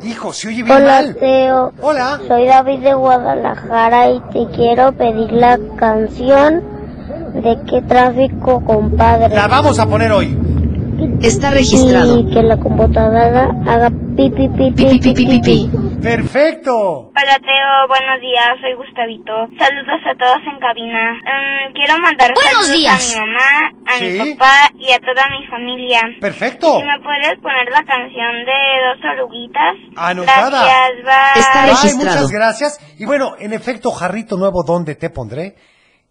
Speaker 3: Hijo, se oye bien
Speaker 10: Hola
Speaker 3: mal.
Speaker 10: Teo.
Speaker 3: Hola.
Speaker 10: Soy David de Guadalajara y te quiero pedir la canción de qué tráfico, compadre.
Speaker 3: La vamos a poner hoy.
Speaker 10: Está registrado. Y que la computadora haga pi pi pi pi pi pi pi.
Speaker 3: Perfecto.
Speaker 22: Hola Teo, buenos días, soy Gustavito. Saludos a todos en cabina. Mm, quiero mandar
Speaker 21: Buenos
Speaker 22: saludos a
Speaker 21: días.
Speaker 22: mi mamá, a mi
Speaker 21: Sí.
Speaker 22: papá y a toda mi familia.
Speaker 3: Perfecto.
Speaker 22: Si me puedes poner la canción de Dos Oruguitas.
Speaker 3: Anotada.
Speaker 22: Gracias, bye.
Speaker 3: Ay, muchas gracias. Y bueno, en efecto, jarrito nuevo, ¿dónde te pondré?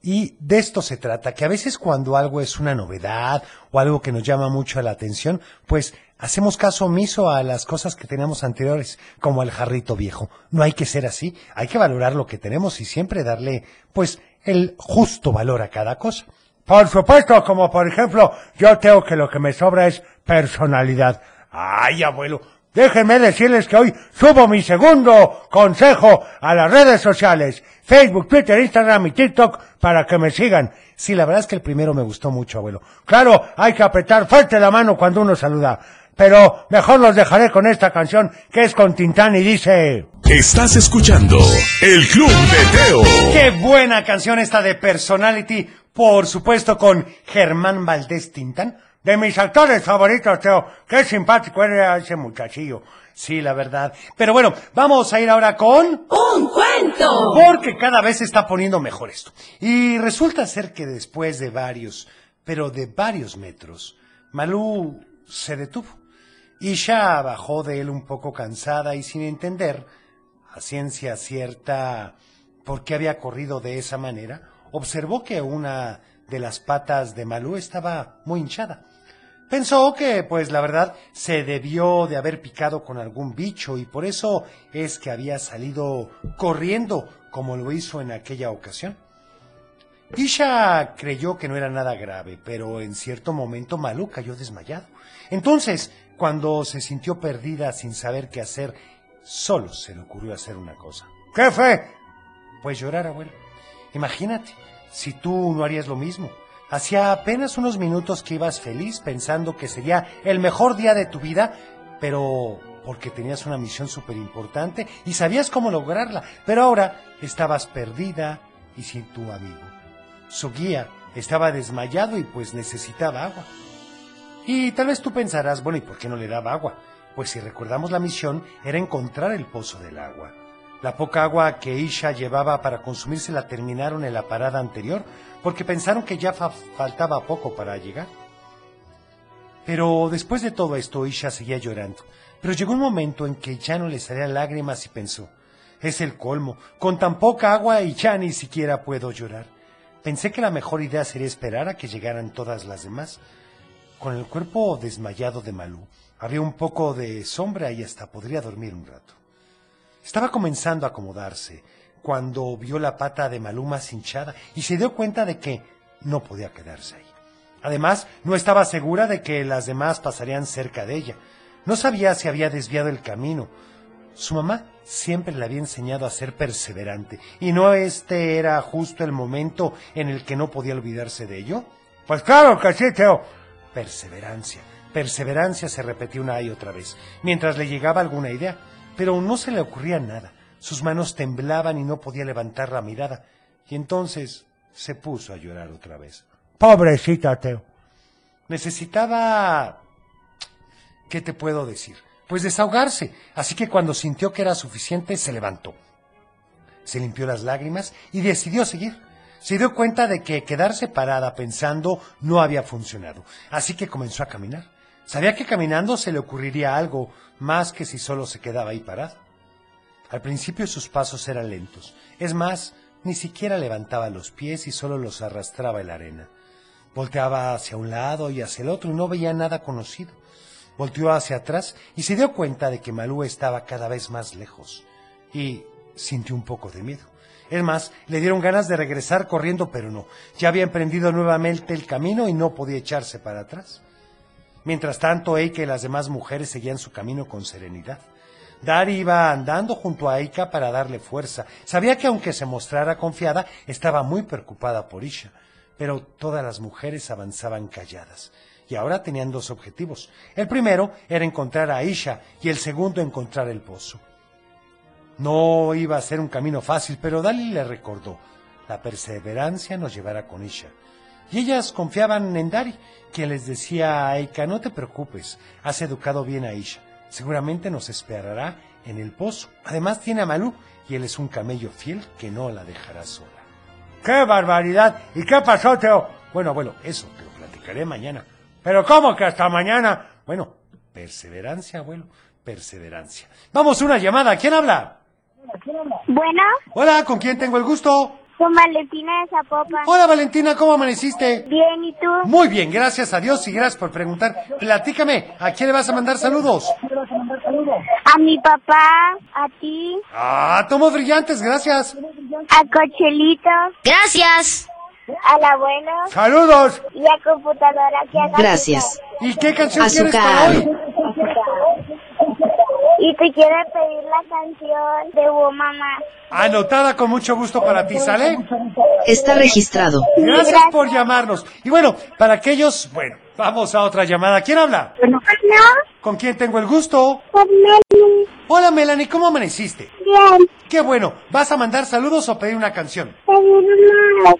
Speaker 3: Y de esto se trata, que a veces cuando algo es una novedad o algo que nos llama mucho la atención, pues hacemos caso omiso a las cosas que teníamos anteriores, como el jarrito viejo. No hay que ser así, hay que valorar lo que tenemos y siempre darle, pues, el justo valor a cada cosa. Por supuesto, como por ejemplo, yo tengo que lo que me sobra es personalidad. Ay, abuelo, déjenme decirles que hoy subo mi segundo consejo a las redes sociales, Facebook, Twitter, Instagram y TikTok, para que me sigan. Sí, la verdad es que el primero me gustó mucho, abuelo. Claro, hay que apretar fuerte la mano cuando uno saluda. Pero mejor los dejaré con esta canción, que es con Tintán y dice...
Speaker 2: Estás escuchando El Club de Teo.
Speaker 3: Qué buena canción esta de Personality, por supuesto con Germán Valdés Tintán, de mis actores favoritos, Teo. Qué simpático era ese muchachillo. Sí, la verdad. Pero bueno, vamos a ir ahora con...
Speaker 8: ¡Un cuento!
Speaker 3: Porque cada vez se está poniendo mejor esto. Y resulta ser que después de varios, pero de varios metros, Malú se detuvo. Y ya bajó de él un poco cansada y sin entender, a ciencia cierta, por qué había corrido de esa manera, observó que una de las patas de Malú estaba muy hinchada. Pensó que, pues la verdad, se debió de haber picado con algún bicho y por eso es que había salido corriendo como lo hizo en aquella ocasión. Isha creyó que no era nada grave, pero en cierto momento Malú cayó desmayado. Entonces, cuando se sintió perdida sin saber qué hacer, solo se le ocurrió hacer una cosa. ¿Qué fue? Pues llorar, abuelo. Imagínate, si tú no harías lo mismo. Hacía apenas unos minutos que ibas feliz pensando que sería el mejor día de tu vida, pero porque tenías una misión súper importante y sabías cómo lograrla, pero ahora estabas perdida y sin tu amigo. Su guía estaba desmayado y pues necesitaba agua. Y tal vez tú pensarás, bueno, ¿y por qué no le daba agua? Pues si recordamos la misión era encontrar el pozo del agua. La poca agua que Isha llevaba para consumirse la terminaron en la parada anterior porque pensaron que ya fa- faltaba poco para llegar. Pero después de todo esto, Isha seguía llorando. Pero llegó un momento en que ya no le salían lágrimas y pensó, es el colmo, con tan poca agua y ya ni siquiera puedo llorar. Pensé que la mejor idea sería esperar a que llegaran todas las demás. Con el cuerpo desmayado de Malú, había un poco de sombra y hasta podría dormir un rato. Estaba comenzando a acomodarse cuando vio la pata de Malú más hinchada y se dio cuenta de que no podía quedarse ahí. Además, no estaba segura de que las demás pasarían cerca de ella. No sabía si había desviado el camino. Su mamá siempre le había enseñado a ser perseverante, y no este era justo el momento en el que no podía olvidarse de ello. Pues claro que sí, Teo. Perseverancia, perseverancia se repetía una y otra vez, mientras le llegaba alguna idea, pero no se le ocurría nada. Sus manos temblaban y no podía levantar la mirada, y entonces se puso a llorar otra vez. Pobrecita, Teo. Necesitaba... ¿Qué te puedo decir? Pues desahogarse. Así que cuando sintió que era suficiente, se levantó. Se limpió las lágrimas y decidió seguir. Se dio cuenta de que quedarse parada pensando no había funcionado. Así que comenzó a caminar. Sabía que caminando se le ocurriría algo más que si solo se quedaba ahí parada. Al principio sus pasos eran lentos. Es más, ni siquiera levantaba los pies y solo los arrastraba en la arena. Volteaba hacia un lado y hacia el otro y no veía nada conocido. Volteó hacia atrás y se dio cuenta de que Malú estaba cada vez más lejos y sintió un poco de miedo. Es más, le dieron ganas de regresar corriendo, pero no. Ya había emprendido nuevamente el camino y no podía echarse para atrás. Mientras tanto, Eika y las demás mujeres seguían su camino con serenidad. Dari iba andando junto a Eika para darle fuerza. Sabía que aunque se mostrara confiada, estaba muy preocupada por Isha. Pero todas las mujeres avanzaban calladas. Y ahora tenían dos objetivos. El primero era encontrar a Isha y el segundo encontrar el pozo. No iba a ser un camino fácil, pero Dali le recordó, la perseverancia nos llevará con Isha. Y ellas confiaban en Dari, quien les decía a Eika, no te preocupes, has educado bien a Isha, seguramente nos esperará en el pozo. Además tiene a Malú, y él es un camello fiel que no la dejará sola.
Speaker 1: ¡Qué barbaridad! ¿Y qué pasó, Teo?
Speaker 3: Bueno, abuelo, eso te lo platicaré mañana.
Speaker 1: ¿Pero cómo que hasta mañana?
Speaker 3: Bueno, perseverancia, abuelo, perseverancia. Vamos, una llamada, ¿quién habla?
Speaker 10: Bueno,
Speaker 3: Hola, ¿con quién tengo el gusto?
Speaker 10: con Valentina de Zapopan.
Speaker 3: Hola Valentina, ¿cómo amaneciste?
Speaker 10: Bien, ¿y tú?
Speaker 3: Muy bien, gracias a Dios y gracias por preguntar. Platícame, ¿a quién le vas a mandar saludos?
Speaker 10: A mi papá, a ti,
Speaker 3: Ah, tomo brillantes, gracias.
Speaker 10: a Cochelito.
Speaker 21: Gracias.
Speaker 10: Al abuelo.
Speaker 3: Saludos.
Speaker 10: Y a computadora que haga
Speaker 21: Gracias.
Speaker 3: ¿Y qué canción
Speaker 10: Azúcar.
Speaker 3: quieres para hoy?
Speaker 10: Y te quiero pedir la canción de Wo Mamá.
Speaker 3: Anotada con mucho gusto para ti, ¿sale?
Speaker 21: Está registrado.
Speaker 3: Gracias por llamarnos. Y bueno, para aquellos, bueno, vamos a otra llamada. ¿Quién habla? ¿Con quién tengo el gusto? Hola Melanie, ¿cómo amaneciste?
Speaker 10: Bien,
Speaker 3: Qué bueno, ¿vas a mandar saludos o pedir una canción?
Speaker 10: pedir unos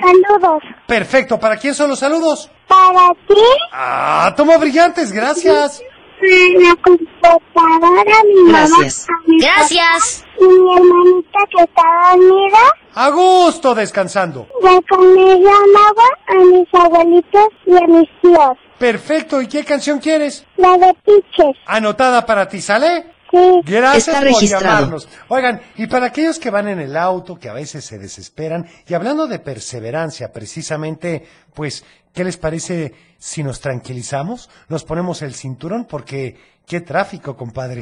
Speaker 10: saludos
Speaker 3: Perfecto, ¿para quién son los saludos?
Speaker 10: para ti,
Speaker 3: Ah, tomo brillantes, gracias.
Speaker 10: a la computadora, a mi
Speaker 3: Gracias.
Speaker 10: mamá, a mi
Speaker 21: Gracias.
Speaker 10: papá, y mi hermanita que está dormida,
Speaker 3: A gusto descansando.
Speaker 10: ya con ella amaba a mis abuelitos y a mis tíos.
Speaker 3: Perfecto, ¿y qué canción quieres?
Speaker 10: La de Piches.
Speaker 3: Anotada para ti, ¿sale?
Speaker 10: Sí.
Speaker 3: Gracias
Speaker 21: Está
Speaker 3: por
Speaker 21: registrado.
Speaker 3: llamarnos. Oigan, y para aquellos que van en el auto, que a veces se desesperan, y hablando de perseverancia, precisamente, pues, ¿qué les parece si nos tranquilizamos? Nos ponemos el cinturón porque qué tráfico, compadre.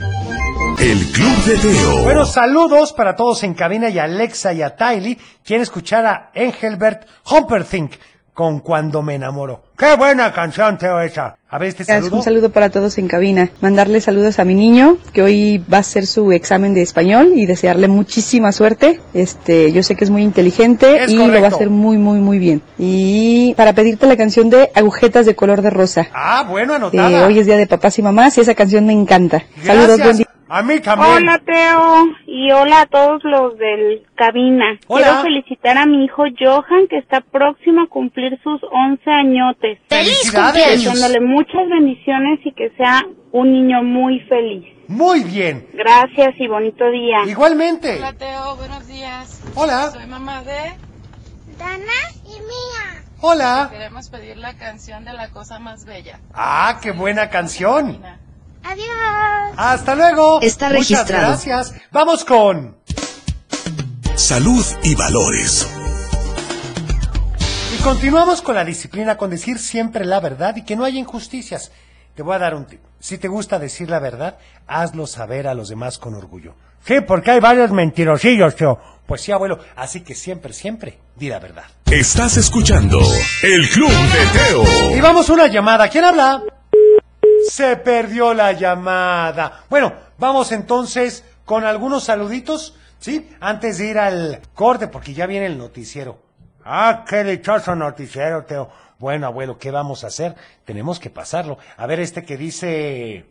Speaker 2: El Club de Teo.
Speaker 3: Bueno, saludos para todos en cabina y a Alexa y a Tylee. Quieren escuchar a Engelbert Humperdinck con Cuando me enamoro. ¡Qué buena canción, Teo, esa! A ver, este
Speaker 24: Gracias,
Speaker 3: saludo.
Speaker 24: Un saludo para todos en cabina. Mandarle saludos a mi niño, que hoy va a hacer su examen de español y desearle muchísima suerte. Este, yo sé que es muy inteligente
Speaker 3: Es
Speaker 24: y lo va a
Speaker 3: correcto.
Speaker 24: hacer muy, muy, muy bien. Y para pedirte la canción de Agujetas de color de rosa.
Speaker 3: Ah, bueno, anotada.
Speaker 24: Eh, hoy es día de papás y mamás y esa canción me encanta. Saludos, buen día.
Speaker 3: A mí también.
Speaker 25: Hola Teo y hola a todos los del cabina.
Speaker 3: Hola.
Speaker 25: Quiero felicitar a mi hijo Johan que está próximo a cumplir sus 11 añotes.
Speaker 3: ¡Feliz cumpleaños!
Speaker 25: Deseándole muchas bendiciones y que sea un niño muy feliz.
Speaker 3: Muy bien.
Speaker 25: Gracias y bonito día.
Speaker 3: Igualmente.
Speaker 26: Hola Teo, buenos días.
Speaker 3: Hola.
Speaker 26: Soy mamá de...
Speaker 10: Dana y mía.
Speaker 3: Hola.
Speaker 26: Queremos pedir la canción de La Cosa Más Bella.
Speaker 3: Ah, qué buena canción.
Speaker 10: Adiós.
Speaker 3: Hasta luego.
Speaker 26: Está registrado.
Speaker 3: Muchas gracias. Vamos con.
Speaker 2: Salud y valores.
Speaker 3: Y continuamos con la disciplina, con decir siempre la verdad y que no haya injusticias. Te voy a dar un tip. Si te gusta decir la verdad, hazlo saber a los demás con orgullo.
Speaker 1: Sí, porque hay varios mentirosillos, Teo.
Speaker 3: Pues sí, abuelo, así que siempre, siempre, di la verdad.
Speaker 2: Estás escuchando El Club de Teo.
Speaker 3: Y vamos a una llamada. ¿Quién habla? Se perdió la llamada. Bueno, vamos entonces con algunos saluditos, ¿sí? Antes de ir al corte, porque ya viene el noticiero. Ah, qué dichoso noticiero, Teo. Bueno, abuelo, ¿qué vamos a hacer? Tenemos que pasarlo. A ver este que dice...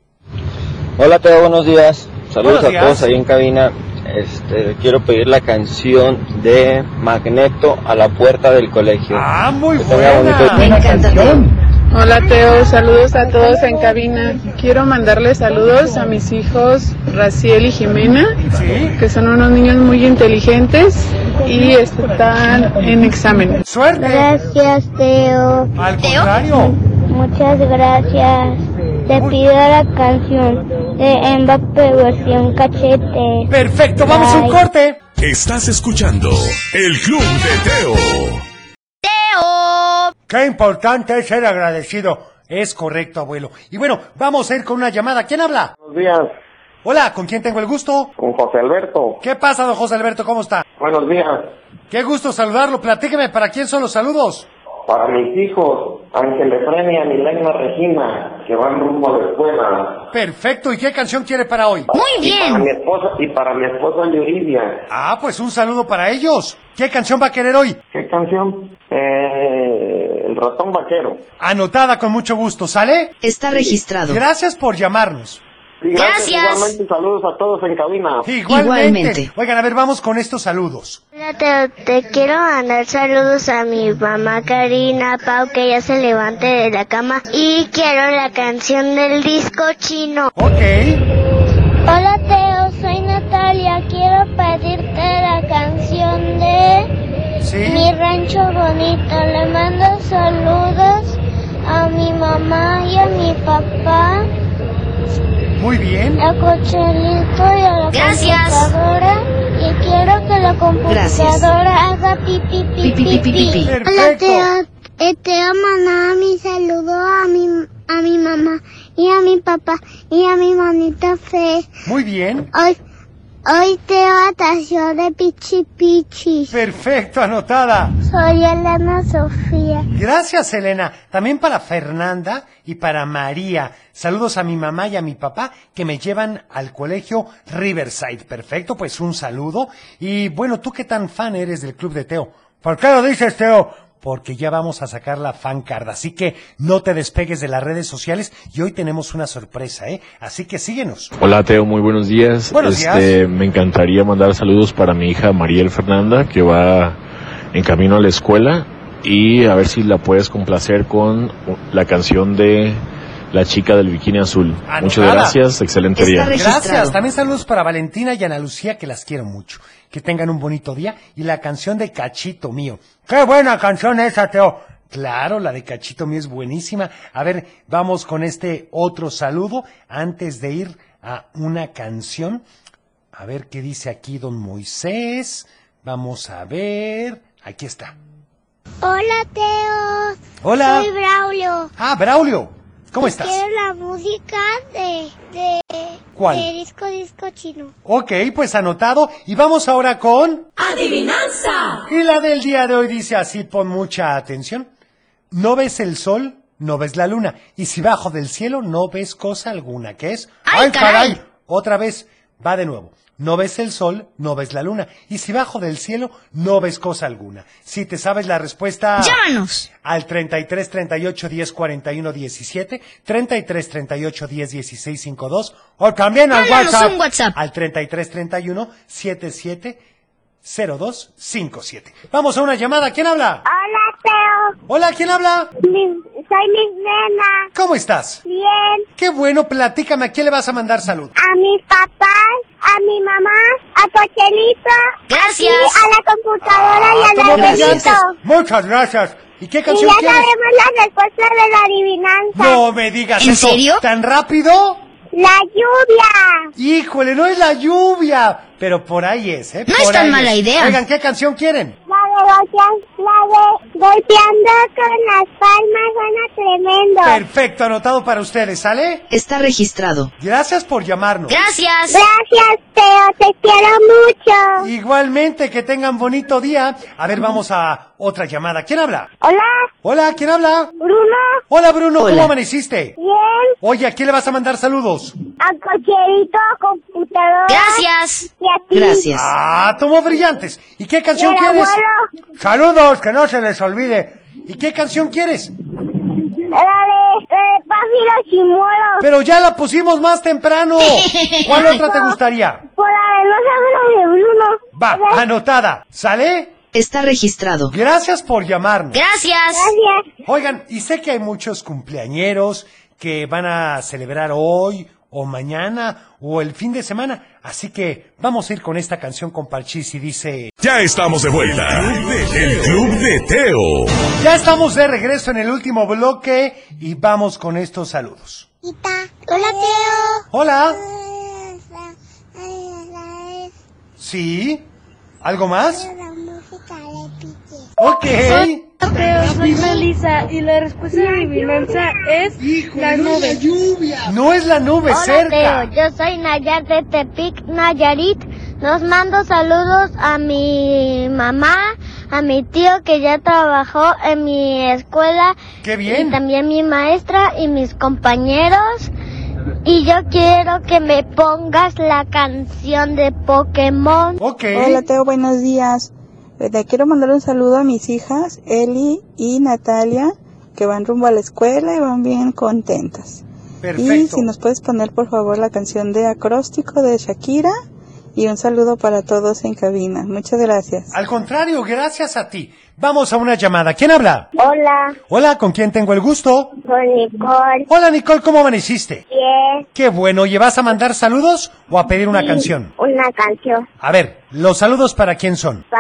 Speaker 27: Hola Teo, buenos días. Saludos
Speaker 3: Buenos
Speaker 27: a
Speaker 3: días.
Speaker 27: todos ahí en cabina. Este, quiero pedir la canción de Magneto a la puerta del colegio.
Speaker 3: Ah, muy
Speaker 28: Hola Teo, saludos a todos en cabina. Quiero mandarles saludos a mis hijos Raciel y Jimena, que son unos niños muy inteligentes y están en exámenes.
Speaker 3: Suerte.
Speaker 10: Gracias, Teo.
Speaker 3: Al contrario.
Speaker 10: Muchas gracias. Te pido la canción de Mbappé versión cachete.
Speaker 3: Perfecto,
Speaker 10: vamos a un
Speaker 3: corte.
Speaker 2: Estás escuchando El Club de Teo.
Speaker 1: Teo. Qué importante es ser agradecido.
Speaker 3: Es correcto, abuelo. Y bueno, vamos a ir con una llamada. ¿Quién habla?
Speaker 29: Buenos días.
Speaker 3: Hola, ¿con quién tengo el gusto?
Speaker 4: Con José Alberto.
Speaker 3: ¿Qué pasa, don José Alberto? ¿Cómo está?
Speaker 4: Buenos días.
Speaker 3: Qué gusto saludarlo. Platíqueme, ¿para quién son los saludos?
Speaker 4: Para mis hijos, Ángel Efrén y Milena Regina, que van rumbo a la escuela.
Speaker 3: Perfecto. ¿Y qué canción quiere para hoy?
Speaker 4: Y Para mi esposa, y para mi esposa Yuridia.
Speaker 3: Ah, pues un saludo para ellos. ¿Qué canción va a querer hoy?
Speaker 4: ¿Qué canción? Eh, el ratón vaquero.
Speaker 3: Anotada con mucho gusto, ¿sale?
Speaker 4: Está registrado.
Speaker 3: Gracias por llamarnos.
Speaker 4: Y Igualmente, saludos a todos en cabina.
Speaker 3: Igualmente. Oigan, a ver, vamos con estos saludos.
Speaker 10: Hola, Teo, te quiero mandar saludos a mi mamá Karina Pau que ya se levante de la cama y quiero la canción del disco chino.
Speaker 3: Ok.
Speaker 10: Hola Teo, soy Natalia, quiero pedirte la canción de Mi Rancho Bonito. Le mando saludos a mi mamá y a mi papá.
Speaker 3: Muy bien.
Speaker 10: A Cochelito y a la
Speaker 21: Gracias.
Speaker 10: computadora. Y quiero que la computadora haga pipi
Speaker 21: Pi, pi, pi,
Speaker 10: pipi
Speaker 21: pi, pi, pi.
Speaker 10: Hola, Teo. Eh, Teo mandaba mi saludo a mi, a mi mamá y a mi papá y a mi manito Fe.
Speaker 3: Muy bien.
Speaker 10: Hoy, hoy Teo atació de pichi pichi.
Speaker 3: Perfecto, anotada.
Speaker 10: Soy Elena Sofía.
Speaker 3: Gracias, Elena. También para Fernanda y para María. Saludos a mi mamá y a mi papá que me llevan al colegio Riverside. Perfecto, pues un saludo. Y bueno, ¿tú qué tan fan eres del club de Teo? ¿Por qué lo dices, Teo? Porque ya vamos a sacar la fan card, así que no te despegues de las redes sociales y hoy tenemos una sorpresa, ¿eh? Así que síguenos.
Speaker 30: Hola Teo, muy buenos días.
Speaker 3: Buenos
Speaker 30: este,
Speaker 3: días.
Speaker 30: Me encantaría mandar saludos para mi hija Mariel Fernanda, que va en camino a la escuela, y a ver si la puedes complacer con la canción de La chica del bikini azul. Muchas gracias, excelente día.
Speaker 3: Gracias. También saludos para Valentina y Ana Lucía, que las quiero mucho. Que tengan un bonito día. Y la canción de Cachito Mío. ¡Qué buena canción esa, Teo! Claro, la de Cachito Mío es buenísima. A ver, vamos con este otro saludo antes de ir a una canción. A ver qué dice aquí don Moisés. Vamos a ver. Aquí está.
Speaker 10: Hola, Teo.
Speaker 3: Hola.
Speaker 10: Soy Braulio.
Speaker 3: Ah, Braulio. ¿Cómo estás?
Speaker 10: Quiero la música de, de,
Speaker 3: ¿Cuál?
Speaker 10: de disco disco chino.
Speaker 3: Ok, pues anotado. Y vamos ahora con...
Speaker 8: Adivinanza.
Speaker 3: Y la del día de hoy dice así, pon mucha atención. No ves el sol, no ves la luna. Y si bajo del cielo no ves cosa alguna, que es...
Speaker 1: ¡Ay, caray!
Speaker 3: Otra vez, va de nuevo. No ves el sol, no ves la luna. Y si bajo del cielo, no ves cosa alguna. Si te sabes la respuesta...
Speaker 9: Llámanos.
Speaker 3: Al 33 38 10 41 17, 33 38 10 16 52, o también al
Speaker 9: Mándanos
Speaker 3: WhatsApp,
Speaker 9: un WhatsApp.
Speaker 3: al 33 31 77 02 57. Vamos a una llamada. ¿Quién habla?
Speaker 10: Hola, Teo.
Speaker 3: Hola, ¿quién habla?
Speaker 10: soy Miss Nena.
Speaker 3: ¿Cómo estás?
Speaker 10: Bien.
Speaker 3: Qué bueno, platícame, ¿a quién le vas a mandar salud?
Speaker 10: A mis papás, a mi mamá, a Cochelito. Y
Speaker 9: Gracias.
Speaker 10: a la computadora y
Speaker 3: Ah,
Speaker 10: al
Speaker 3: ¿cómo
Speaker 10: abuelito.
Speaker 3: brillantes? Muchas gracias. ¿Y qué
Speaker 10: Y
Speaker 3: canción
Speaker 10: ya
Speaker 3: quieres?
Speaker 10: sabemos la respuesta de la adivinanza.
Speaker 3: No me digas eso. ¿Tan rápido?
Speaker 10: La lluvia.
Speaker 3: Híjole, no es la lluvia, pero por ahí es, ¿eh?
Speaker 9: No
Speaker 3: Por
Speaker 9: es tan
Speaker 3: ahí
Speaker 9: mala idea.
Speaker 3: Oigan, ¿qué canción quieren?
Speaker 10: La de golpean- la de golpeando con las palmas suena tremendo.
Speaker 3: Perfecto, anotado para ustedes, ¿sale? Está registrado. Gracias por llamarnos.
Speaker 9: Gracias.
Speaker 10: Gracias, Teo. Te quiero mucho.
Speaker 3: Igualmente, que tengan bonito día. A ver, vamos a otra llamada. ¿Quién habla?
Speaker 10: Hola.
Speaker 3: Hola, ¿quién habla?
Speaker 10: Bruno.
Speaker 3: Hola, Bruno, ¿cómo
Speaker 10: Hola.
Speaker 3: amaneciste?
Speaker 10: Bien.
Speaker 3: Oye, ¿a quién le vas a mandar saludos?
Speaker 10: A Cocherito, computadora. Gracias. Y a ti.
Speaker 3: Ah, tomó brillantes. ¿Y qué canción
Speaker 10: Y al
Speaker 3: quieres?
Speaker 10: abuelo.
Speaker 3: Saludos, que no se les olvide. ¿Y qué canción quieres?
Speaker 10: La de, la de Pafiro Chimuelo.
Speaker 3: Pero ya la pusimos más temprano. ¿Cuál otra te gustaría?
Speaker 10: Por la de no sabes de Bruno.
Speaker 3: Va, anotada. ¿Sale? Está registrado. Gracias por llamarnos.
Speaker 9: Gracias.
Speaker 3: Oigan, y sé que hay muchos cumpleañeros que van a celebrar hoy o mañana o el fin de semana, así que vamos a ir con esta canción con Parchís y dice...
Speaker 2: Ya estamos de vuelta. El Club de Teo.
Speaker 3: Ya estamos de regreso en el último bloque y vamos con estos saludos.
Speaker 10: Hola, Teo.
Speaker 3: Hola. ¿Sí? ¿Algo más?
Speaker 10: La música de Pique.
Speaker 3: Ok.
Speaker 5: Mateo, soy Melissa y la respuesta de adivinanza es la nube.
Speaker 3: No es la nube,
Speaker 10: Hola,
Speaker 3: cerca.
Speaker 10: Teo, yo soy Nayar de Tepic, Nayarit. Nos mando saludos a mi mamá, a mi tío que ya trabajó en mi escuela.
Speaker 3: ¡Qué bien!
Speaker 10: Y también mi maestra y mis compañeros. Y yo quiero que me pongas la canción de Pokémon.
Speaker 9: Hola Teo, buenos días. Eh, Te quiero mandar un saludo a mis hijas, Eli y Natalia, que van rumbo a la escuela y van bien contentas. Y
Speaker 3: Perfecto.
Speaker 9: si nos puedes poner por favor la canción de acróstico de Shakira y un saludo para todos en cabina. Muchas gracias.
Speaker 3: Al contrario, gracias a ti. Vamos a una llamada. ¿Quién habla?
Speaker 6: Hola,
Speaker 3: Hola, ¿con quién tengo el gusto?
Speaker 6: soy Nicole.
Speaker 3: Hola Nicole, ¿cómo amaneciste?
Speaker 6: Bien.
Speaker 3: Qué bueno, ¿y vas a mandar saludos o a pedir una canción?
Speaker 6: Una canción.
Speaker 3: A ver, ¿los saludos para quién son?
Speaker 6: Pa-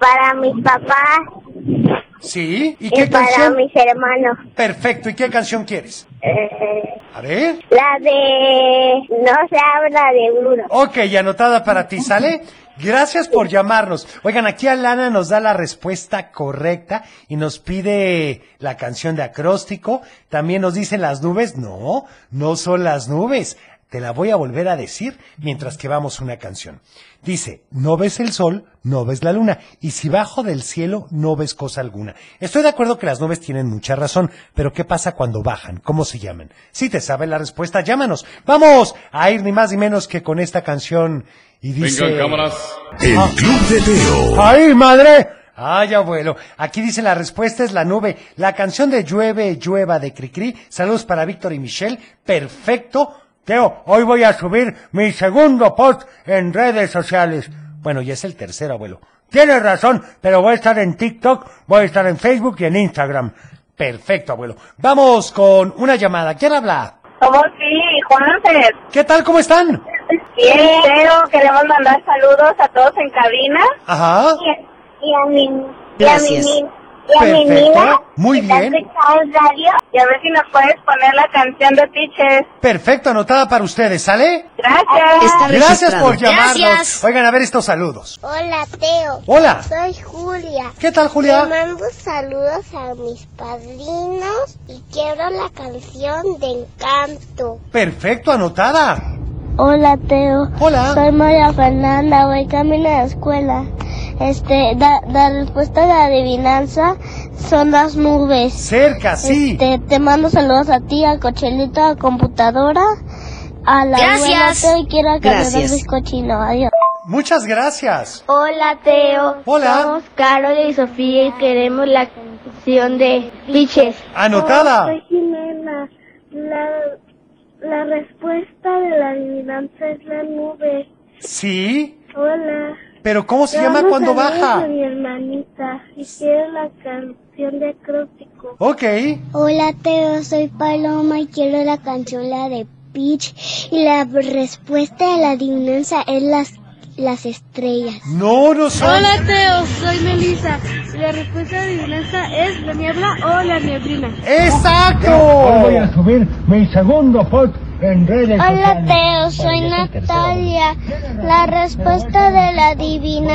Speaker 6: para mis papás
Speaker 3: ¿Sí? ¿Y
Speaker 6: y,
Speaker 3: qué
Speaker 6: para
Speaker 3: canción?
Speaker 6: mis hermanos.
Speaker 3: Perfecto, ¿y qué canción quieres?
Speaker 6: Eh,
Speaker 3: A ver.
Speaker 6: la de... No se habla de Bruno.
Speaker 3: Ok, y anotada para ti, ¿sale? Gracias por llamarnos. Oigan, aquí Alana nos da la respuesta correcta y nos pide la canción de acróstico. También nos dice las nubes. No, no son las nubes. Te la voy a volver a decir mientras que vamos una canción. Dice, no ves el sol, no ves la luna, y si bajo del cielo no ves cosa alguna. Estoy de acuerdo que las nubes tienen mucha razón, pero ¿qué pasa cuando bajan? ¿Cómo se llaman? Si te sabe la respuesta, llámanos. Vamos a ir ni más ni menos que con esta canción. Y dice...
Speaker 2: El
Speaker 1: Ah.
Speaker 2: Club de Teo.
Speaker 3: ¡Ay, madre! ¡Ay, abuelo! Aquí dice la respuesta es la nube. La canción de Llueve, Llueva de Cricri. Saludos para Víctor y Michelle. Perfecto. Teo, hoy voy a subir mi segundo post en redes sociales. Bueno, ya es el tercero, abuelo. Tienes razón, pero voy a estar en TikTok, voy a estar en Facebook y en Instagram. Perfecto, abuelo. Vamos con una llamada. ¿Quién habla?
Speaker 11: ¿Cómo sí, Juanfer?
Speaker 3: ¿Qué tal? ¿Cómo están?
Speaker 11: Bien, Teo, queremos mandar saludos a todos en cabina.
Speaker 3: Ajá.
Speaker 11: Y, y a mi... Y a mi,
Speaker 3: Ah. Gracias.
Speaker 11: nin- y a mi
Speaker 3: Perfecto.
Speaker 11: nina.
Speaker 3: Muy
Speaker 11: que está
Speaker 3: bien.
Speaker 11: escuchando el radio. Y a ver si nos puedes poner la canción de Tiches.
Speaker 3: Perfecto, anotada para ustedes, ¿sale?
Speaker 11: Gracias.
Speaker 3: Gracias por llamarnos. Oigan, a ver estos saludos.
Speaker 10: Hola, Teo.
Speaker 3: Hola.
Speaker 10: Soy Julia.
Speaker 3: ¿Qué tal, Julia?
Speaker 10: Te mando saludos a mis padrinos y quiero la canción de Encanto.
Speaker 3: Perfecto, anotada.
Speaker 10: Hola, Teo.
Speaker 3: Hola.
Speaker 10: Soy María Fernanda, voy camino a la escuela. Este, la, la respuesta de la adivinanza son las nubes.
Speaker 3: Cerca, sí.
Speaker 10: Este, te mando saludos a ti, a Cochelito, a Computadora, a la
Speaker 5: Gracias.
Speaker 10: abuela Teo y quiero a Carlos
Speaker 5: Gracias.
Speaker 10: Bizcochino. Adiós.
Speaker 3: Muchas gracias.
Speaker 10: Hola, Teo.
Speaker 3: Hola.
Speaker 10: Somos Carol y Sofía y queremos la canción de Liches.
Speaker 3: Anotada. Hola, soy
Speaker 10: Jimena. La, la respuesta de la adivinanza es la nube.
Speaker 3: Sí,
Speaker 10: Hola.
Speaker 3: pero ¿cómo se llama cuando baja?
Speaker 10: mi hermanita y quiero la canción de acróstico.
Speaker 3: Ok.
Speaker 10: Hola Teo, soy Paloma y quiero la canción la de Peach y la respuesta de la adivinanza es las las estrellas.
Speaker 3: No, no son.
Speaker 5: Hola Teo, soy Melissa. La respuesta de adivinanza es la niebla o la nieblina.
Speaker 3: ¡Exacto!
Speaker 1: Hoy voy a subir mi segundo post en redes
Speaker 10: Hola
Speaker 1: sociales.
Speaker 10: Teo, soy Natalia. La respuesta de la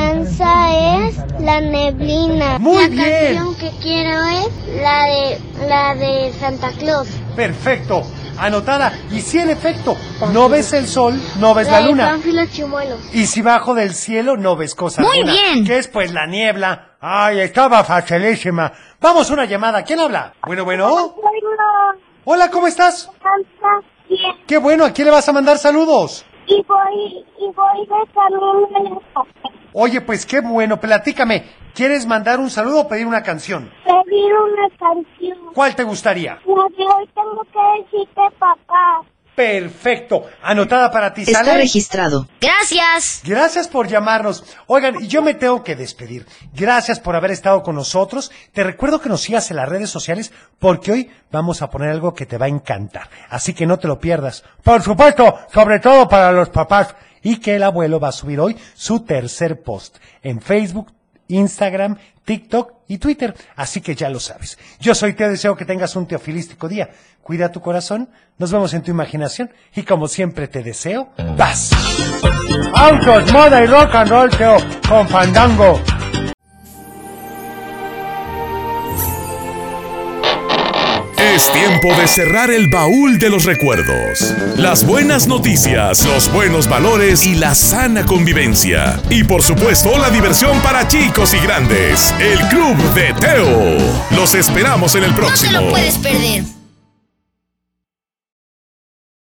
Speaker 10: adivinanza es la neblina. la
Speaker 3: Muy bien.
Speaker 10: canción que quiero es la de la de Santa Claus.
Speaker 3: Perfecto. Anotada. Y sí, en efecto, no ves el sol, no ves la
Speaker 10: de
Speaker 3: luna.
Speaker 10: Pánfilo Chimuelo.
Speaker 3: Y si bajo del cielo no ves cosa
Speaker 10: Muy
Speaker 3: alguna.
Speaker 10: bien.
Speaker 3: ¿Qué es pues la niebla? Ay, estaba facilísima. Vamos, una llamada. ¿Quién habla? Bueno, bueno. Hola, ¿cómo estás? Qué bueno, ¿a quién le vas a mandar saludos?
Speaker 11: Y voy, y voy de camino
Speaker 3: Oye, pues qué bueno, platícame. ¿Quieres mandar un saludo o pedir una canción?
Speaker 11: a pedir una canción.
Speaker 3: ¿Cuál te gustaría?
Speaker 11: La que hoy tengo que decirte, papá.
Speaker 3: Perfecto. Anotada para ti,
Speaker 21: Está
Speaker 3: ¿sale?
Speaker 21: registrado.
Speaker 3: Gracias. Gracias por llamarnos. Oigan, y yo me tengo que despedir. Gracias por haber estado con nosotros. Te recuerdo que nos sigas en las redes sociales porque hoy vamos a poner algo que te va a encantar. Así que no te lo pierdas. Por supuesto, sobre todo para los papás. Y que el abuelo va a subir hoy su tercer post en Facebook, Instagram, TikTok y Twitter. Así que ya lo sabes. Yo soy Teo, deseo que tengas un teofilístico día. Cuida tu corazón, nos vemos en tu imaginación y como siempre te deseo, paz. Autos, moda y rock and roll, Teo, con fandango.
Speaker 2: Es tiempo de cerrar el baúl de los recuerdos. Las buenas noticias, los buenos valores y la sana convivencia. Y por supuesto, la diversión para chicos y grandes. El Club de Teo. Los esperamos en el próximo.
Speaker 8: No te lo puedes perder.